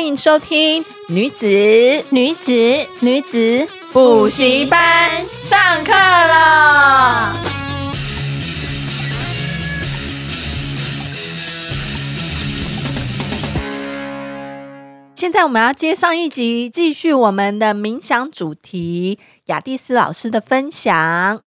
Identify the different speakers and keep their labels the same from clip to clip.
Speaker 1: 迎收听女子
Speaker 2: 女子
Speaker 3: 女子
Speaker 1: 补习班上课了。现在我们要接上一集，继续我们的冥想主题，雅蒂斯老师的分享。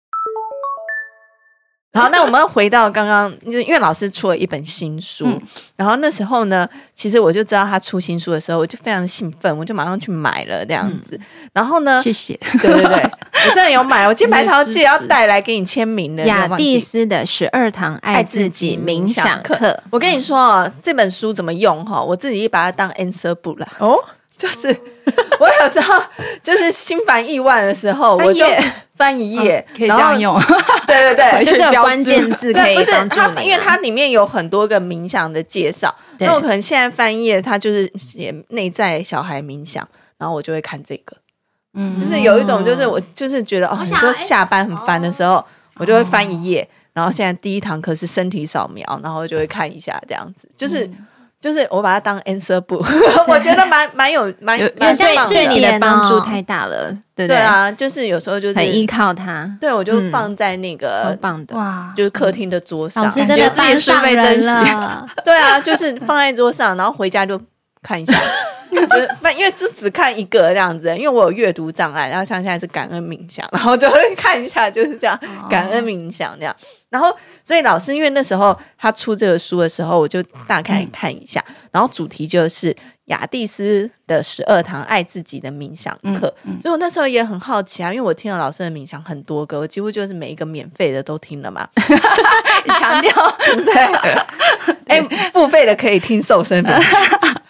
Speaker 1: 好，那我们回到刚刚，就是因为老师出了一本新书，
Speaker 2: 嗯
Speaker 1: 然后那时候呢，其实我就知道他出新书的时候，我就非常兴奋，我就马上去买了这样子。然后呢，
Speaker 2: 谢谢。
Speaker 1: 对对对，我真的有买，我今天白朝记得要
Speaker 2: 你的支持
Speaker 1: 带来给你签名的
Speaker 3: 雅蒂
Speaker 1: 斯。
Speaker 3: 斯的十二堂爱自己冥想课，
Speaker 1: 我跟你说哦，这本书怎么用哈？我自己把它当 answer book 啦。哦，就是我有时候就是心烦意乱的时候，
Speaker 3: 翻
Speaker 1: 我就
Speaker 3: 页哦
Speaker 1: 翻一页，
Speaker 2: 可以这样
Speaker 1: 然后。
Speaker 2: 用，
Speaker 1: 对对对，
Speaker 2: 回
Speaker 3: 就
Speaker 2: 去
Speaker 3: 是有
Speaker 2: 标注
Speaker 3: 关键字可
Speaker 1: 对，
Speaker 3: 以
Speaker 1: 不是
Speaker 3: 帮助
Speaker 1: 它，
Speaker 3: 你，
Speaker 1: 因为它里面有很多个冥想的介绍。
Speaker 3: 对
Speaker 1: 那我可能现在翻页，它就是写内在小孩冥想，然后我就会看这个，
Speaker 2: 嗯
Speaker 1: 就是有一种就是我哦就是觉得哦，你说下班很烦的时候，我就会翻一页。然后现在第一堂课是身体扫描，然后就会看一下这样子，就是。就是我把它当 answer book，我 觉得蛮蛮有蛮
Speaker 2: 有
Speaker 3: 因为
Speaker 1: 蛮
Speaker 3: 对
Speaker 1: 棒的
Speaker 3: 对你的帮助
Speaker 2: 哦
Speaker 3: 太大了，对
Speaker 1: 对
Speaker 3: 不对？
Speaker 1: 啊，就是有时候就是
Speaker 3: 很依靠它，
Speaker 1: 对我就
Speaker 3: 嗯
Speaker 1: 放在那
Speaker 3: 超
Speaker 1: 个
Speaker 3: 棒的。
Speaker 2: 哇，
Speaker 1: 就是客厅的桌上，
Speaker 4: 老师真的班上人了，
Speaker 1: 对啊，就是放在桌上，然后回家就看一下。 就是那因为就只看一个这样子，因为我有阅读障碍，然后像现在是感恩冥想，然后就会看一下，就是这样感恩冥想这样。然后所以老师因为那时候他出这个书的时候，我就大概看一下，然后主题就是雅蒂斯的十二堂爱自己的冥想课，所以我那时候也很好奇啊，因为我听了老师的冥想很多个，我几乎就是每一个免费的都听了嘛，强调 对。哎、付费的可以听瘦身冥想。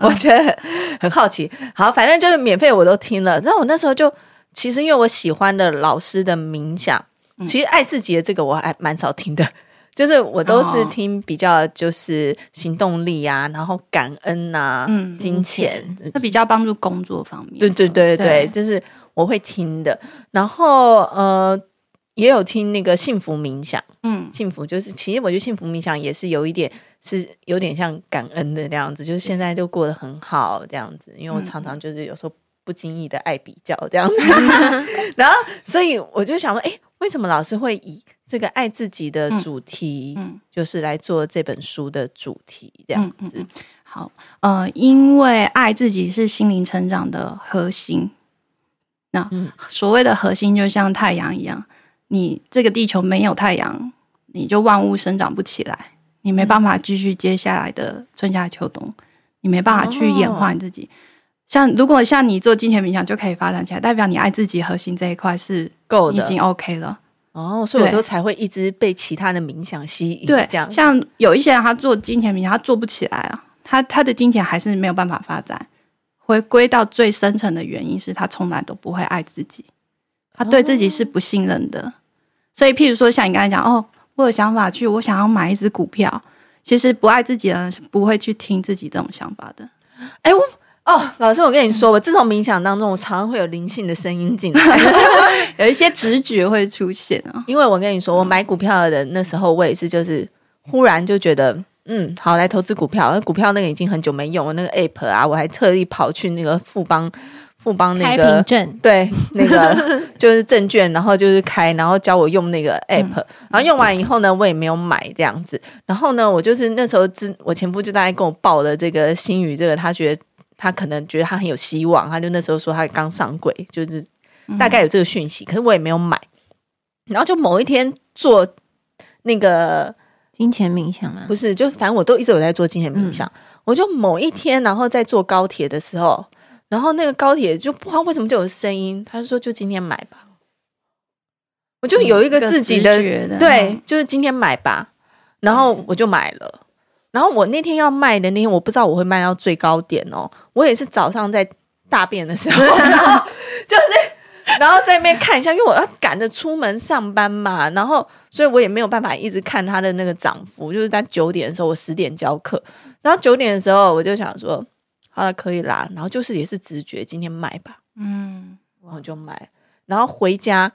Speaker 1: 我觉得很好奇，好，反正就是免费我都听了。那我那时候就，其实因为我喜欢的老师的冥想，其实爱自己的这个我还蛮少听的，就是我都是
Speaker 2: 哦
Speaker 1: 听比较就是行动力啊，然后感恩呐、
Speaker 2: 嗯
Speaker 1: 金钱，
Speaker 2: 那比较帮助工作方面。
Speaker 1: 对对对对，就是我会听的。然后呃，也有听那个幸福冥想。
Speaker 2: 嗯，
Speaker 1: 幸福就是，其实我觉得幸福冥想也是有一点是有点像感恩的那样子，就是现在就过得很好这样子，因为我常
Speaker 2: 嗯
Speaker 1: 常就是有时候不经意的爱比较这 样子， 然后所以我就想说，哎、为什么老师会以这个爱自己的主题，
Speaker 2: 嗯嗯嗯
Speaker 1: 就是来做这本书的主题这样子？
Speaker 2: 好，呃，因为爱自己是心灵成长的核心。那
Speaker 1: 嗯
Speaker 2: 所谓的核心，就像太阳一样，你这个地球没有太阳，你就万物生长不起来，你
Speaker 4: 嗯
Speaker 2: 没办法继续接下来的春夏秋冬，你没办法去演
Speaker 4: 哦
Speaker 2: 化你自己。像如果像你做金钱冥想就可以发展起来，代表你爱自己核心这一块是
Speaker 1: 够
Speaker 2: 已
Speaker 1: 的
Speaker 2: 经 OK 了。
Speaker 1: 哦，所以我
Speaker 2: 对
Speaker 1: 都才会一直被其他的冥想吸引，
Speaker 2: 对
Speaker 1: 这，样
Speaker 2: 像有一些人他做金钱冥想，他做不起来啊，他他的金钱还是没有办法发展。回归到最深层的原因是他从来都不会爱自己，他对自己是不信任的。所以，譬如说像你刚才讲，哦，我有想法去，我想要买一只股票。其实不爱自己的人是不会去听自己这种想法的。
Speaker 1: 哎、我哦，老师，我跟你说，我自从冥想当中，我常常会有灵性的声音进 来，
Speaker 2: 有一些直觉会出现啊，
Speaker 1: 因为我跟你说，我买股票的人那时候，我也是就是忽然就觉得，嗯，好来投资股票，那股票那个已经很久没用了，那个 app 啊，我还特地跑去那个富邦富邦那
Speaker 4: 开
Speaker 1: 个
Speaker 4: 凭证，
Speaker 1: 对，那个就是证券，然后就是开，然后教我用那个 app，、然后用完以后呢，我也没有买这样子。然后呢，我就是那时候知我前夫就大概跟我报了这个新宇这个，他觉得他可能觉得他很有希望，他就那时候说他刚上柜，就是
Speaker 4: 嗯
Speaker 1: 大概有这个讯息，可是我也没有买。然后就某一天做那个
Speaker 3: 金钱冥想嘛
Speaker 1: 不，是，就反正我都一直有在做金钱冥想。我就某一天，然后在坐高铁的时候，然后那个高铁就不知道为什么就有声音，他就说就今天买吧。我就有一个自己的
Speaker 2: 直觉的
Speaker 1: 对，就是今天买吧，然后我就买了。然后我那天要卖的那天，我不知道我会卖到最高点哦。我也是早上在大便的时候， 然后就是然后在那边看一下，因为我要赶着出门上班嘛，然后所以我也没有办法一直看它的那个涨幅。就是在九点的时候，我十点教课，然后九点的时候我就想说，好了，可以啦。然后就是也是直觉，今天卖吧。
Speaker 2: 嗯，
Speaker 1: 然后就买，然后回家，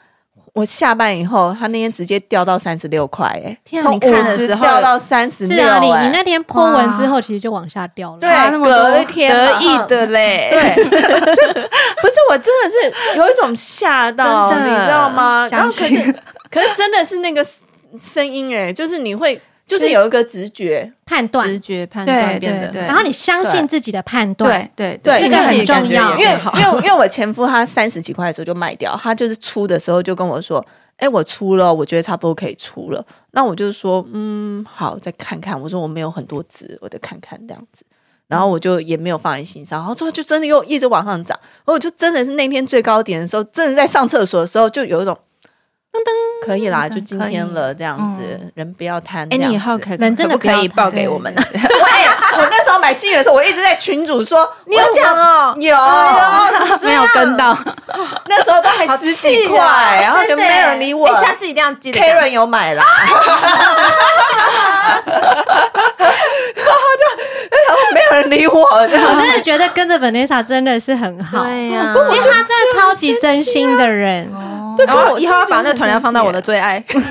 Speaker 1: 我下班以后，他那天直接掉到三十六块，哎，
Speaker 3: 天啊
Speaker 1: 从
Speaker 3: 你看
Speaker 1: 五
Speaker 3: 的
Speaker 1: 十
Speaker 3: 时候
Speaker 1: 掉到三十
Speaker 4: 是
Speaker 1: 六，
Speaker 4: 啊，你
Speaker 1: 哎
Speaker 4: 你那天泼文之后，其实就往下掉了。
Speaker 2: 差那
Speaker 1: 对，
Speaker 2: 么多
Speaker 1: 隔一天
Speaker 3: 得
Speaker 1: 马上
Speaker 3: 意的嘞，
Speaker 1: 对， 就不是我真的是有一种吓到，
Speaker 3: 真
Speaker 1: 你
Speaker 3: 的
Speaker 1: 知道吗？然后
Speaker 2: 相
Speaker 1: 可
Speaker 4: 哦
Speaker 2: 信
Speaker 1: 是可是真的是那个声音哎、就是你会就是有一个直觉，
Speaker 4: 判断
Speaker 3: 直，觉判断
Speaker 2: 对
Speaker 3: 变得
Speaker 2: 对对
Speaker 4: 然后你相信自己的判断，
Speaker 2: 对
Speaker 1: 对，
Speaker 2: 对
Speaker 4: 这
Speaker 1: 因
Speaker 4: 个
Speaker 1: 为
Speaker 4: 很重要
Speaker 1: 因
Speaker 3: 因
Speaker 1: 为
Speaker 3: 为
Speaker 1: 因为因为我前夫他三十几块的时候就卖掉，他就是出的时候就跟我说。哎、我出了，我觉得差不多可以出了。那我就说，嗯，好，再看看。我说我没有很多只，我再看看这样子。然后我就也没有放在心上。然后之后就真的又一直往上涨。然后我就真的是那天最高点的时候，真的在上厕所的时候，就有一种噔噔，可以啦，
Speaker 2: 噔噔
Speaker 1: 就今天了这样子，人不要贪。这
Speaker 3: 哎，
Speaker 1: 样
Speaker 3: 你以
Speaker 1: 子
Speaker 3: 后可
Speaker 4: 人真
Speaker 3: 可
Speaker 4: 的
Speaker 3: 不可以
Speaker 4: 不要
Speaker 3: 报给我们呢？
Speaker 1: 哎呀我那时候买新的时候，我一直在群主说，
Speaker 3: 你有讲哦，
Speaker 1: 有。
Speaker 2: 没有跟到，
Speaker 1: 那时候都还十几块，然后就没有人理我。
Speaker 3: 哎，下次一定要记得
Speaker 1: Karen
Speaker 3: 讲。
Speaker 1: 有买啦，然后就哎没有人理我，这
Speaker 4: 我
Speaker 1: 样
Speaker 4: 真的觉得跟着 Vanessa 真的是很好，因
Speaker 3: 对啊呀，
Speaker 4: 为她真的超级真心的人，
Speaker 2: 哦
Speaker 1: 对
Speaker 3: 然
Speaker 1: 跟
Speaker 3: 后
Speaker 1: 我
Speaker 3: 以后要把那个团量放到我的最爱，
Speaker 1: 对对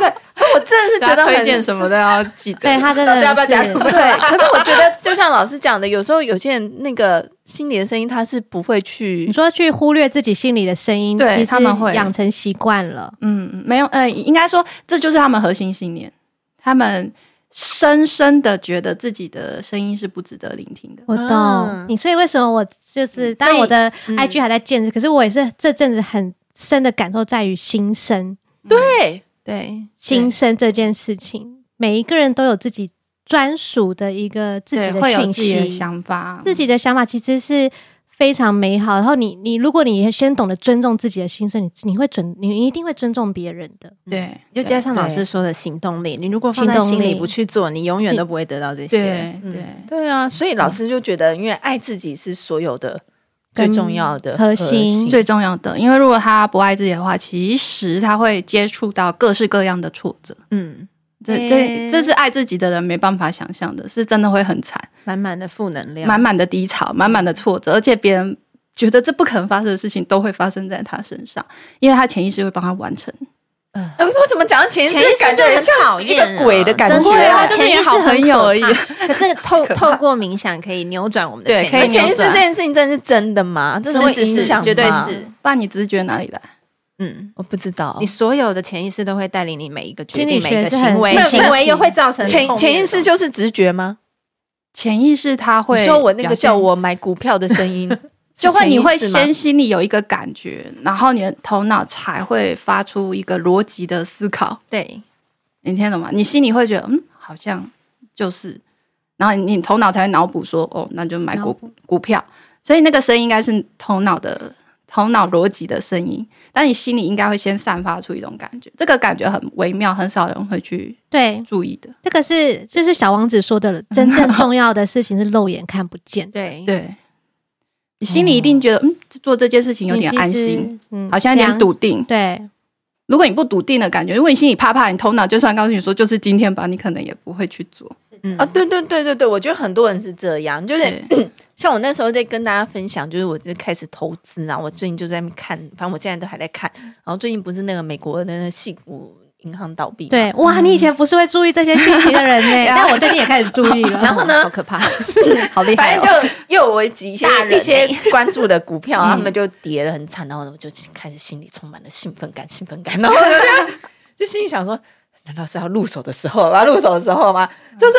Speaker 1: 对，我真 的是觉
Speaker 2: 大
Speaker 1: 得
Speaker 2: 家
Speaker 1: 很
Speaker 2: 推荐什么都要记 得。
Speaker 4: 对她真的
Speaker 3: 老师要不要加入
Speaker 4: 是。
Speaker 1: 对，可是我觉得就像老师讲的，有时候有些人那个心里的声音他是不会去
Speaker 4: 你，说去忽略自己心里的声音，
Speaker 2: 对
Speaker 4: 其实
Speaker 2: 他们会
Speaker 4: 养成习惯了。
Speaker 2: 嗯，没有，呃，应该说这就是他们核心信念，他们深深的觉得自己的声音是不值得聆听的。
Speaker 4: 我懂、
Speaker 1: 嗯
Speaker 4: 你，所以为什么我就是，当
Speaker 3: 所
Speaker 4: 然
Speaker 3: 以
Speaker 4: 我的
Speaker 3: 嗯
Speaker 4: IG 还在建设、可是我也是这阵子很深的感受在于新生，
Speaker 1: 嗯对
Speaker 3: 对，
Speaker 4: 新生这件事情，每一个人都有自己专属的一个自己
Speaker 2: 对
Speaker 4: 的
Speaker 2: 会有
Speaker 4: 讯
Speaker 2: 自己
Speaker 4: 息
Speaker 2: 的想法，
Speaker 4: 自己的想法其实是非常美好。然后你你，如果你先懂得尊重自己的心声，你你会尊，你一定会尊重别人的。
Speaker 2: 对，
Speaker 3: 就加上老
Speaker 1: 对
Speaker 3: 师说的行动力，你如果放在
Speaker 4: 行动
Speaker 3: 心里
Speaker 4: 力
Speaker 3: 不去做，你永远都不会得到这些。
Speaker 2: 对
Speaker 3: 嗯
Speaker 2: 对，
Speaker 1: 对啊，所以老师就觉得，因为爱自己是所有的最重要的
Speaker 4: 嗯核心
Speaker 2: 最重要的，因为如果他不爱自己的话，其实他会接触到各式各样的挫折。
Speaker 3: 嗯，
Speaker 2: 这
Speaker 4: 诶
Speaker 2: 这这是爱自己的人没办法想象的，是真的会很惨，
Speaker 3: 满满的负能量，
Speaker 2: 满满的低潮，满满的挫折，而且别人觉得这不可能发生的事情都会发生在他身上，因为他潜意识会帮他完成。
Speaker 1: 哎，我怎么讲到潜意识
Speaker 3: 潜意识
Speaker 1: 感觉
Speaker 3: 就很
Speaker 1: 像
Speaker 3: 讨厌啊
Speaker 1: 一个鬼的感觉，
Speaker 3: 真的
Speaker 2: 对啊，
Speaker 3: 就
Speaker 2: 就是
Speaker 3: 潜
Speaker 2: 是
Speaker 3: 意
Speaker 2: 也
Speaker 3: 识
Speaker 2: 好朋友而已。
Speaker 3: 可是透透过冥想可以扭转我们的
Speaker 2: 对
Speaker 3: 潜意
Speaker 1: 而
Speaker 2: 可以
Speaker 3: 识
Speaker 1: 且
Speaker 2: 扭，
Speaker 1: 意识这件事情真的是真的吗？这
Speaker 3: 是
Speaker 1: 会
Speaker 3: 是
Speaker 1: 影
Speaker 3: 是
Speaker 1: 响吗
Speaker 3: 绝对是，
Speaker 2: 不然你直觉哪里来？
Speaker 3: 嗯。
Speaker 1: 我不知道
Speaker 3: 你。所有的潜意识都会带领你每一个决定、
Speaker 4: 心理学
Speaker 3: 每一个
Speaker 4: 是很
Speaker 3: 行为
Speaker 1: 没，有
Speaker 3: 行为又会造成
Speaker 1: 潜
Speaker 3: 后面的
Speaker 1: 潜意识
Speaker 3: 东
Speaker 1: 就是直觉吗？
Speaker 2: 潜意识他会
Speaker 1: 你说我那个
Speaker 2: 表现
Speaker 1: 叫我买股票的声音，
Speaker 2: 就会
Speaker 1: 是
Speaker 2: 你会
Speaker 1: 潜意识吗
Speaker 2: 先心里有一个感觉，然后你的头脑才会发出一个逻辑的思考
Speaker 3: 西，对，
Speaker 2: 你听得懂吗？你心里会觉得嗯，好像就是，然后你你头脑才会脑补说哦，那就买股股票，所以那个声音应该是头脑的头脑逻辑的声音，但你心里应该会先散发出一种感觉，这个感觉很微妙，很少人会去
Speaker 4: 对，
Speaker 2: 注意的。
Speaker 4: 这个是就是小王子说的了，真正重要的事情是肉眼看不见的，
Speaker 3: 对
Speaker 2: 对，你心里一定觉得嗯，做这件事情有点
Speaker 4: 你其
Speaker 2: 安
Speaker 4: 实
Speaker 2: 心，，
Speaker 4: 嗯
Speaker 2: 好像有点。笃
Speaker 4: 良
Speaker 2: 定。
Speaker 4: 对，
Speaker 2: 如果你不笃定的感觉，如果你心里怕怕，你头脑就算告诉你说就是今天吧，你可能也不会去做。
Speaker 3: 嗯
Speaker 1: 啊，对对对对对，我觉得很多人是这样，就是
Speaker 2: 对，
Speaker 1: 像我那时候在跟大家分享，就是我就开始投资啊，我最近就在那边看，反正我现在都还在看。然后最近不是那个美国的那个系股银行倒闭嘛，
Speaker 2: 嗯
Speaker 4: 对，哇！你以前不是会注意这些讯息的人呢、 但我最近也开始注意了。
Speaker 1: 然后呢
Speaker 3: 嗯好可怕，好厉
Speaker 1: 反
Speaker 3: 害哦，
Speaker 1: 正就又有我几一些
Speaker 3: 大人欸嗯
Speaker 1: 一些关注的股 票，他们就跌了很惨，然后我就开始心里充满了兴奋感，兴奋感，然后我就 就心里想说，难道是要入手的时候吗？入手的时候吗？就是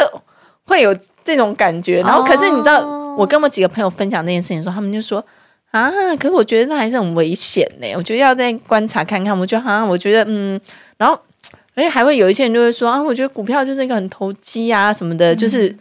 Speaker 1: 会有这种感觉。然后可是你知道，我跟我几个朋友分享这件事情的时候，他们就说。啊，可是我觉得那还是很危险呢、我觉得要再观察看看。我觉得好像、我觉得嗯，然后而且还会有一些人就会说啊，我觉得股票就是一个很投机啊什么的，就是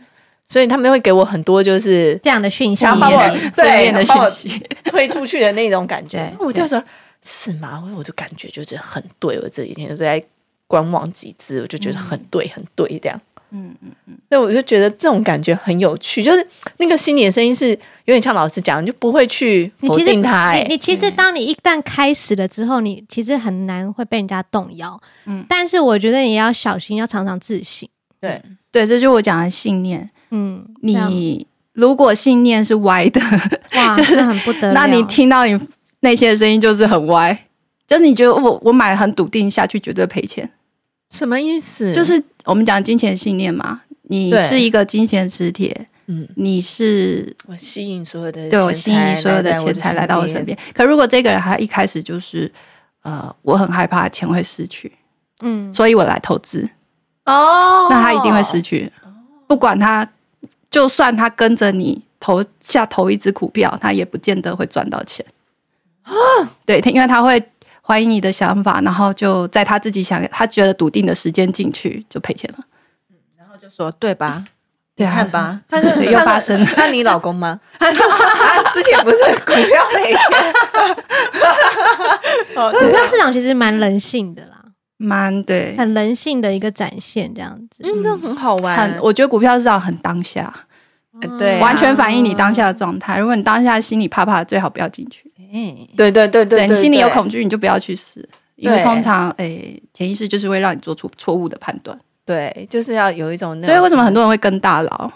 Speaker 1: 所以他们会给我很多就是
Speaker 4: 这样的讯息，
Speaker 1: 想把我
Speaker 2: 负
Speaker 1: 对
Speaker 2: 面的
Speaker 1: 把我
Speaker 2: 讯息，
Speaker 1: 推出去的那种感觉
Speaker 2: 对。
Speaker 1: 我就说，是吗？我就感觉就是很对，我这几天就在观望几只，我就觉得很对，很对这样。
Speaker 2: 嗯嗯，
Speaker 1: 所以我就觉得这种感觉很有趣，就是那个心理的声音是有点像老师讲，你就不会去
Speaker 4: 你
Speaker 1: 否
Speaker 4: 其实
Speaker 1: 定它、
Speaker 4: 你
Speaker 2: 哎
Speaker 1: 欸。
Speaker 4: 你其
Speaker 2: 嗯
Speaker 4: 实当你一旦开始了之后，你其实很难会被人家动摇。嗯
Speaker 2: 嗯，
Speaker 4: 但是我觉得你要小心，要常常自省。
Speaker 1: 对，
Speaker 2: 对，这就是我讲的信念。
Speaker 4: 嗯，这样
Speaker 2: 你如果信念 是歪的，
Speaker 4: 哇，
Speaker 2: 就是
Speaker 4: 那很不得了。
Speaker 2: 那你听到你内心的声音就是很歪，就是你觉得我我买很笃定下去绝对赔钱，
Speaker 1: 什么意思？
Speaker 2: 就是我们讲金钱信念嘛，你
Speaker 1: 对
Speaker 2: 是一个金钱磁铁，
Speaker 1: 嗯，
Speaker 2: 你是
Speaker 1: 我吸引所有的
Speaker 2: 对我
Speaker 1: 钱
Speaker 2: 吸引
Speaker 1: 财
Speaker 2: 所有的
Speaker 1: 来在
Speaker 2: 钱财来到我身
Speaker 1: 边。
Speaker 2: 边。可如果这个人他一开始就是呃，我很害怕钱会失去，
Speaker 4: 嗯，
Speaker 2: 所以我来投资，
Speaker 1: 哦，
Speaker 2: 那他一定 会失去，
Speaker 3: 哦
Speaker 2: 不管他就算他跟着你投下投一只股票，他也不见得会赚到钱啊。对，他因为他会怀疑你的想法，然后就在他自己想他觉得笃定的时间进去就赔钱了。
Speaker 3: 就说对吧？
Speaker 2: 对啊，
Speaker 3: 看吧，
Speaker 1: 他就
Speaker 2: 对又发生了。
Speaker 1: 那你老公吗？ 他之前不是股票赔 钱？哦
Speaker 4: 股票市场其实蛮人性的啦，
Speaker 2: 蛮对，
Speaker 4: 很人性的一个展现，这样子。
Speaker 1: 嗯，那很好玩
Speaker 2: 很，。我觉得股票市场很当下，
Speaker 1: 呃 对啊，
Speaker 2: 完全反映你当下的状态。如果你当下心里怕怕，最好不要进去。
Speaker 3: 哎，
Speaker 1: 对对对对，
Speaker 2: 你心里有
Speaker 1: 恐
Speaker 2: 恐惧，你就不要去试，因为
Speaker 1: 对
Speaker 2: 通常诶，潜意识就是会让你做出错误的判断。
Speaker 1: 对，就是要有一种那
Speaker 2: 所以为什
Speaker 1: 么
Speaker 2: 么很多人会跟大佬，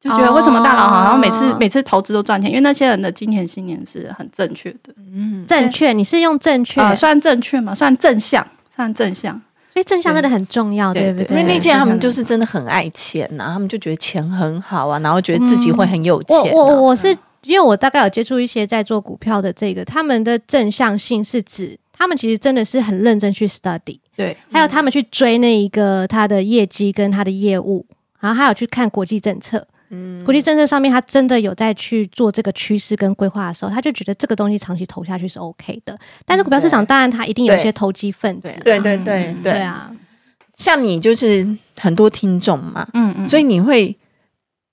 Speaker 2: 就觉得
Speaker 4: 哦
Speaker 2: 为什么大佬好像每次每次投资都赚钱？因为那些人的金钱信念是很正确的，
Speaker 3: 嗯，
Speaker 4: 正确，你是用正确，
Speaker 2: 啊，算正确嘛，算正向，算正向。
Speaker 4: 所以正向真的很重要，
Speaker 2: 对
Speaker 4: 对不
Speaker 2: 对
Speaker 4: 对？
Speaker 1: 因为那些
Speaker 2: 件
Speaker 1: 人他们就是真的很爱钱呐，他们就觉得钱很好啊，然后觉得自己会很有钱
Speaker 4: 我
Speaker 1: 啊。
Speaker 4: 我
Speaker 2: 嗯
Speaker 4: 我是因为我大概有接触一些在做股票的这个，他们的正向性是指他们其实真的是很认真去 study，
Speaker 2: 对，
Speaker 4: 还有他们去追那一个他的业绩跟他的业务，然后还有去看国际政策。嗯，国际政策上面，他真的有在去做这个趋势跟规划的时候，他就觉得这个东西长期投下去是 OK 的。但是股票市场当然它一定有一些投机分子啊，
Speaker 1: 对对对
Speaker 2: 嗯
Speaker 1: 对
Speaker 4: 对，啊，
Speaker 1: 像你就是很多听众嘛，
Speaker 2: 嗯嗯，
Speaker 1: 所以你会